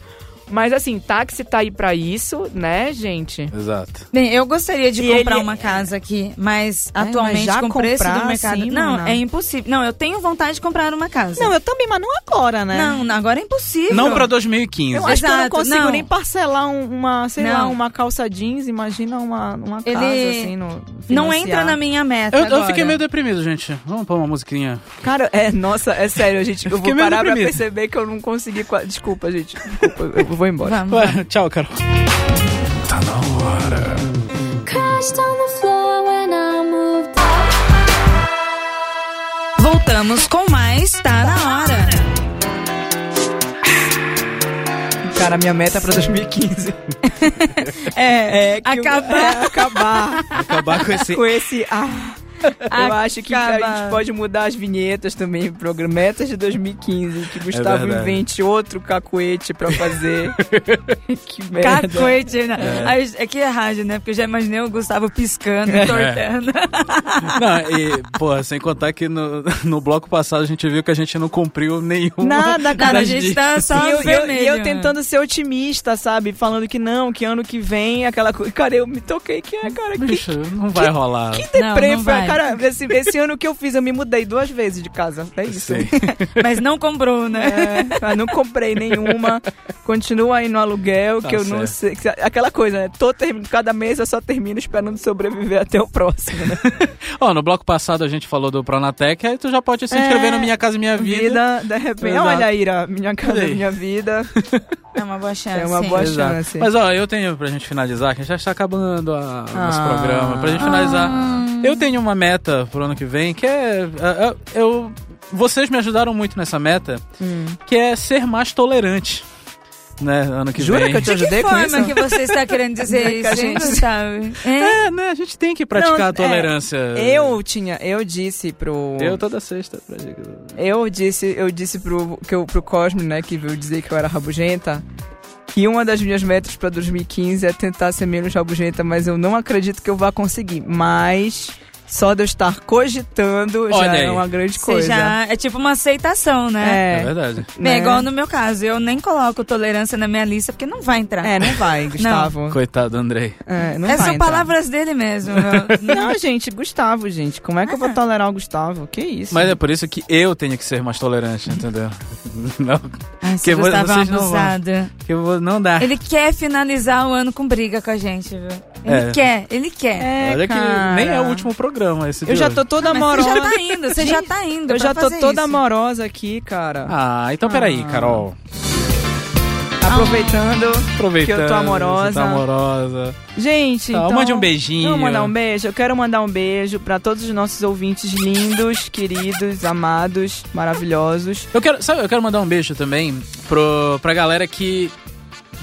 Speaker 6: Mas assim, táxi tá aí pra isso, né, gente?
Speaker 4: Exato.
Speaker 5: Bem, eu gostaria de
Speaker 6: E
Speaker 5: comprar
Speaker 6: ele-
Speaker 5: uma casa aqui, mas
Speaker 6: mas
Speaker 5: atualmente
Speaker 6: já
Speaker 5: com o preço
Speaker 6: comprar
Speaker 5: do mercado.
Speaker 6: assim,
Speaker 5: não,
Speaker 6: Bruna?
Speaker 5: é impossível. Não, eu tenho vontade de comprar uma casa.
Speaker 6: eu também, mas não agora, né?
Speaker 5: Não, agora é impossível.
Speaker 4: Não para 2015.
Speaker 6: Eu acho que eu não
Speaker 5: Exato,
Speaker 6: consigo
Speaker 5: não.
Speaker 6: nem parcelar um- uma, sei lá,
Speaker 5: Não.
Speaker 6: uma calça jeans, imagina uma, uma
Speaker 5: Ele
Speaker 6: casa assim no
Speaker 5: Não
Speaker 6: financiar.
Speaker 5: entra na minha meta.
Speaker 4: Eu, eu
Speaker 5: agora.
Speaker 4: fiquei meio deprimido, gente. Vamos pôr uma musiquinha.
Speaker 6: Cara, é, nossa, é sério, gente, eu
Speaker 4: Fiquei
Speaker 6: vou
Speaker 4: meio
Speaker 6: parar pra
Speaker 4: deprimido.
Speaker 6: perceber que eu não consegui, qua- desculpa, gente. Desculpa, eu vou embora.
Speaker 5: Vamos.
Speaker 4: Ué, tchau, Carol.
Speaker 8: crashed on the floor when I moved
Speaker 5: Voltamos com mais Tá Na Hora.
Speaker 6: Cara, minha meta é pra 2015.
Speaker 5: É,
Speaker 6: que eu-
Speaker 5: acabar.
Speaker 6: é, acabar.
Speaker 4: Acabar com esse.
Speaker 6: com esse. Ah. Eu acho que a
Speaker 5: Acaba.
Speaker 6: gente pode mudar as vinhetas também, programa Metas de 2015, que Gustavo
Speaker 4: É verdade.
Speaker 6: invente outro cacuete pra fazer. que merda.
Speaker 5: Cacoete, né? É. que é rádio, né? Porque eu já imaginei o Gustavo piscando, entortando.
Speaker 4: Não, e, pô, sem contar que no, no bloco passado a gente viu que a gente não cumpriu nenhum.
Speaker 6: Nada,
Speaker 5: Cara,
Speaker 6: cara.
Speaker 5: a gente tá só
Speaker 6: E eu, e eu-
Speaker 5: vermelho.
Speaker 6: e eu tentando ser otimista, sabe? Falando que não, que ano que vem, aquela coisa. Cara, eu me toquei que é, cara, que
Speaker 4: Bicho, não vai rolar.
Speaker 6: Que é deprê,
Speaker 5: Não, não
Speaker 6: foi-
Speaker 5: vai.
Speaker 6: cara, esse, esse ano que eu fiz, eu me mudei duas vezes de casa, é isso.
Speaker 4: Sim.
Speaker 5: Mas não comprou, né?
Speaker 6: É, mas não comprei nenhuma. Continua aí no aluguel,
Speaker 4: Tá
Speaker 6: que eu não sei. que- Aquela coisa, né? Tô termi- cada mês eu só termino esperando sobreviver até o próximo, né?
Speaker 4: Ó, no bloco passado a gente falou do Pronatec, aí tu já pode se inscrever
Speaker 6: É,
Speaker 4: no Minha Casa Minha Vida.
Speaker 6: Vida, de repente.
Speaker 4: Exato.
Speaker 6: Olha, Ira, minha casa,
Speaker 4: Olha aí.
Speaker 6: minha vida.
Speaker 5: É uma boa chance.
Speaker 6: É uma boa
Speaker 4: Exato.
Speaker 6: chance.
Speaker 4: Mas ó, eu tenho pra gente finalizar, que a gente já está acabando a- o nosso
Speaker 6: Ah.
Speaker 4: programa. Pra gente finalizar, eu tenho uma meta pro ano que vem, que é. é, é, Eu, vocês me ajudaram muito nessa meta,
Speaker 6: Hum.
Speaker 4: que é ser mais tolerante. Né, ano que
Speaker 6: Jura
Speaker 4: vem.
Speaker 6: que eu te
Speaker 5: De que
Speaker 6: ajudei com isso?
Speaker 5: forma que você está querendo dizer
Speaker 6: Né, Que a
Speaker 5: isso? A gente
Speaker 6: gente-
Speaker 5: sabe. É?
Speaker 4: É, né? A gente tem que praticar
Speaker 6: Não, é,
Speaker 4: a tolerância.
Speaker 6: Eu tinha, eu disse pro.
Speaker 4: Eu toda sexta. pra-
Speaker 6: Eu disse, eu disse pro, que eu, pro Cosme, né, que veio dizer que eu era rabugenta, que uma das minhas metas pra 2015 é tentar ser menos rabugenta, mas eu não acredito que eu vá conseguir. Mas só de eu estar cogitando
Speaker 4: Olha
Speaker 6: já
Speaker 4: aí.
Speaker 6: é uma grande
Speaker 5: Você
Speaker 6: coisa.
Speaker 5: já- é tipo uma aceitação, né?
Speaker 4: É
Speaker 6: É,
Speaker 4: verdade.
Speaker 5: Bem,
Speaker 6: né?
Speaker 5: igual no meu caso, eu nem coloco tolerância na minha lista porque não vai entrar.
Speaker 6: É, não vai, Gustavo.
Speaker 4: Coitado do Andrei.
Speaker 6: É, não
Speaker 5: É,
Speaker 6: vai
Speaker 5: são
Speaker 6: entrar.
Speaker 5: palavras dele mesmo. eu-
Speaker 6: Não, gente, Gustavo, gente, como é que eu vou tolerar o Gustavo? Que isso?
Speaker 4: Mas é por isso que eu tenho que ser mais tolerante, entendeu? Não,
Speaker 5: Ai, esse
Speaker 4: Que vo-
Speaker 5: Gustavo é um
Speaker 4: vocês não vão.
Speaker 5: abusado.
Speaker 4: que eu vou- não
Speaker 6: Ah.
Speaker 4: dá.
Speaker 5: Ele quer finalizar o ano com briga com a gente, viu? Ele
Speaker 4: É.
Speaker 5: quer, ele quer.
Speaker 6: É,
Speaker 4: Olha
Speaker 6: cara.
Speaker 4: que nem é o último programa esse
Speaker 6: Eu
Speaker 4: de
Speaker 6: Ah, já
Speaker 4: hoje.
Speaker 6: tô toda
Speaker 5: Mas você
Speaker 6: amorosa.
Speaker 5: já tá indo, você já tá indo. pra
Speaker 6: eu já tô
Speaker 5: fazer
Speaker 6: toda
Speaker 5: isso.
Speaker 6: amorosa aqui, cara.
Speaker 4: Ah, então peraí, Carol.
Speaker 6: A aproveitando.
Speaker 4: Aproveitando.
Speaker 6: Que eu tô amorosa.
Speaker 4: você Tá amorosa.
Speaker 6: Gente,
Speaker 4: Tá,
Speaker 6: então,
Speaker 4: mande um beijinho.
Speaker 6: Vamos mandar um beijo. Eu quero mandar um beijo pra todos os nossos ouvintes lindos, queridos, amados, maravilhosos.
Speaker 4: Eu quero, sabe, eu quero mandar um beijo também pro, pra galera que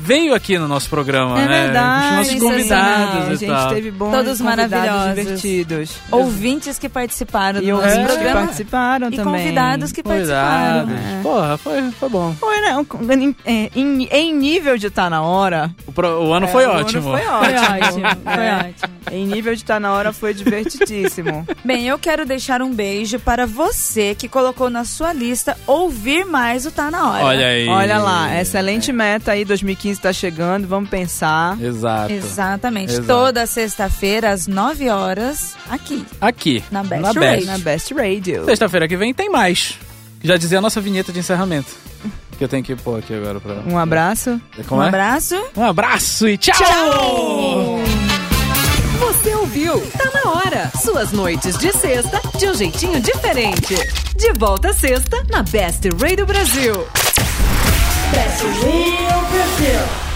Speaker 4: veio aqui no nosso programa, né?
Speaker 6: É
Speaker 4: Os
Speaker 6: verdade,
Speaker 4: nossos
Speaker 5: sensacional.
Speaker 4: convidados
Speaker 6: a
Speaker 4: e
Speaker 6: gente
Speaker 4: tal.
Speaker 6: teve bons
Speaker 5: Todos
Speaker 6: convidados
Speaker 5: maravilhosos.
Speaker 6: divertidos.
Speaker 5: Ouvintes que participaram do
Speaker 6: E
Speaker 5: nosso
Speaker 6: ouvintes que
Speaker 5: programa
Speaker 6: participaram
Speaker 5: e
Speaker 6: também.
Speaker 5: convidados que participaram.
Speaker 4: Convidados.
Speaker 6: né?
Speaker 5: É.
Speaker 4: Porra, foi, foi bom.
Speaker 6: Foi, né? Um- Em, é, em- em nível de estar na hora.
Speaker 4: O, pro- o ano
Speaker 6: é,
Speaker 4: foi
Speaker 6: o ano
Speaker 4: ótimo.
Speaker 6: Foi
Speaker 5: Foi
Speaker 6: ótimo.
Speaker 5: ótimo, foi
Speaker 6: É.
Speaker 5: ótimo.
Speaker 6: Em nível de estar na hora foi divertidíssimo.
Speaker 5: Bem, eu quero deixar um beijo para você que colocou na sua lista ouvir mais o Tá Na Hora.
Speaker 4: Olha aí.
Speaker 6: Olha lá, é. excelente meta aí, 2015 tá chegando, vamos pensar.
Speaker 4: Exato.
Speaker 5: Exatamente.
Speaker 4: Exato.
Speaker 5: Toda sexta-feira, às 9 horas, aqui.
Speaker 4: Aqui.
Speaker 5: Na Best
Speaker 4: Na
Speaker 5: Radio.
Speaker 4: Best.
Speaker 6: Na Best Radio.
Speaker 4: Sexta-feira que vem tem mais. Já dizia a nossa vinheta de encerramento. Que eu tenho que pôr aqui agora pra.
Speaker 6: Um abraço.
Speaker 4: Como
Speaker 5: um
Speaker 4: é?
Speaker 5: abraço.
Speaker 4: Um abraço e tchau!
Speaker 3: Você ouviu? Tá na hora. Suas noites de sexta de um jeitinho diferente. De volta sexta na Best Ray do Brasil.
Speaker 2: Best Real Brasil.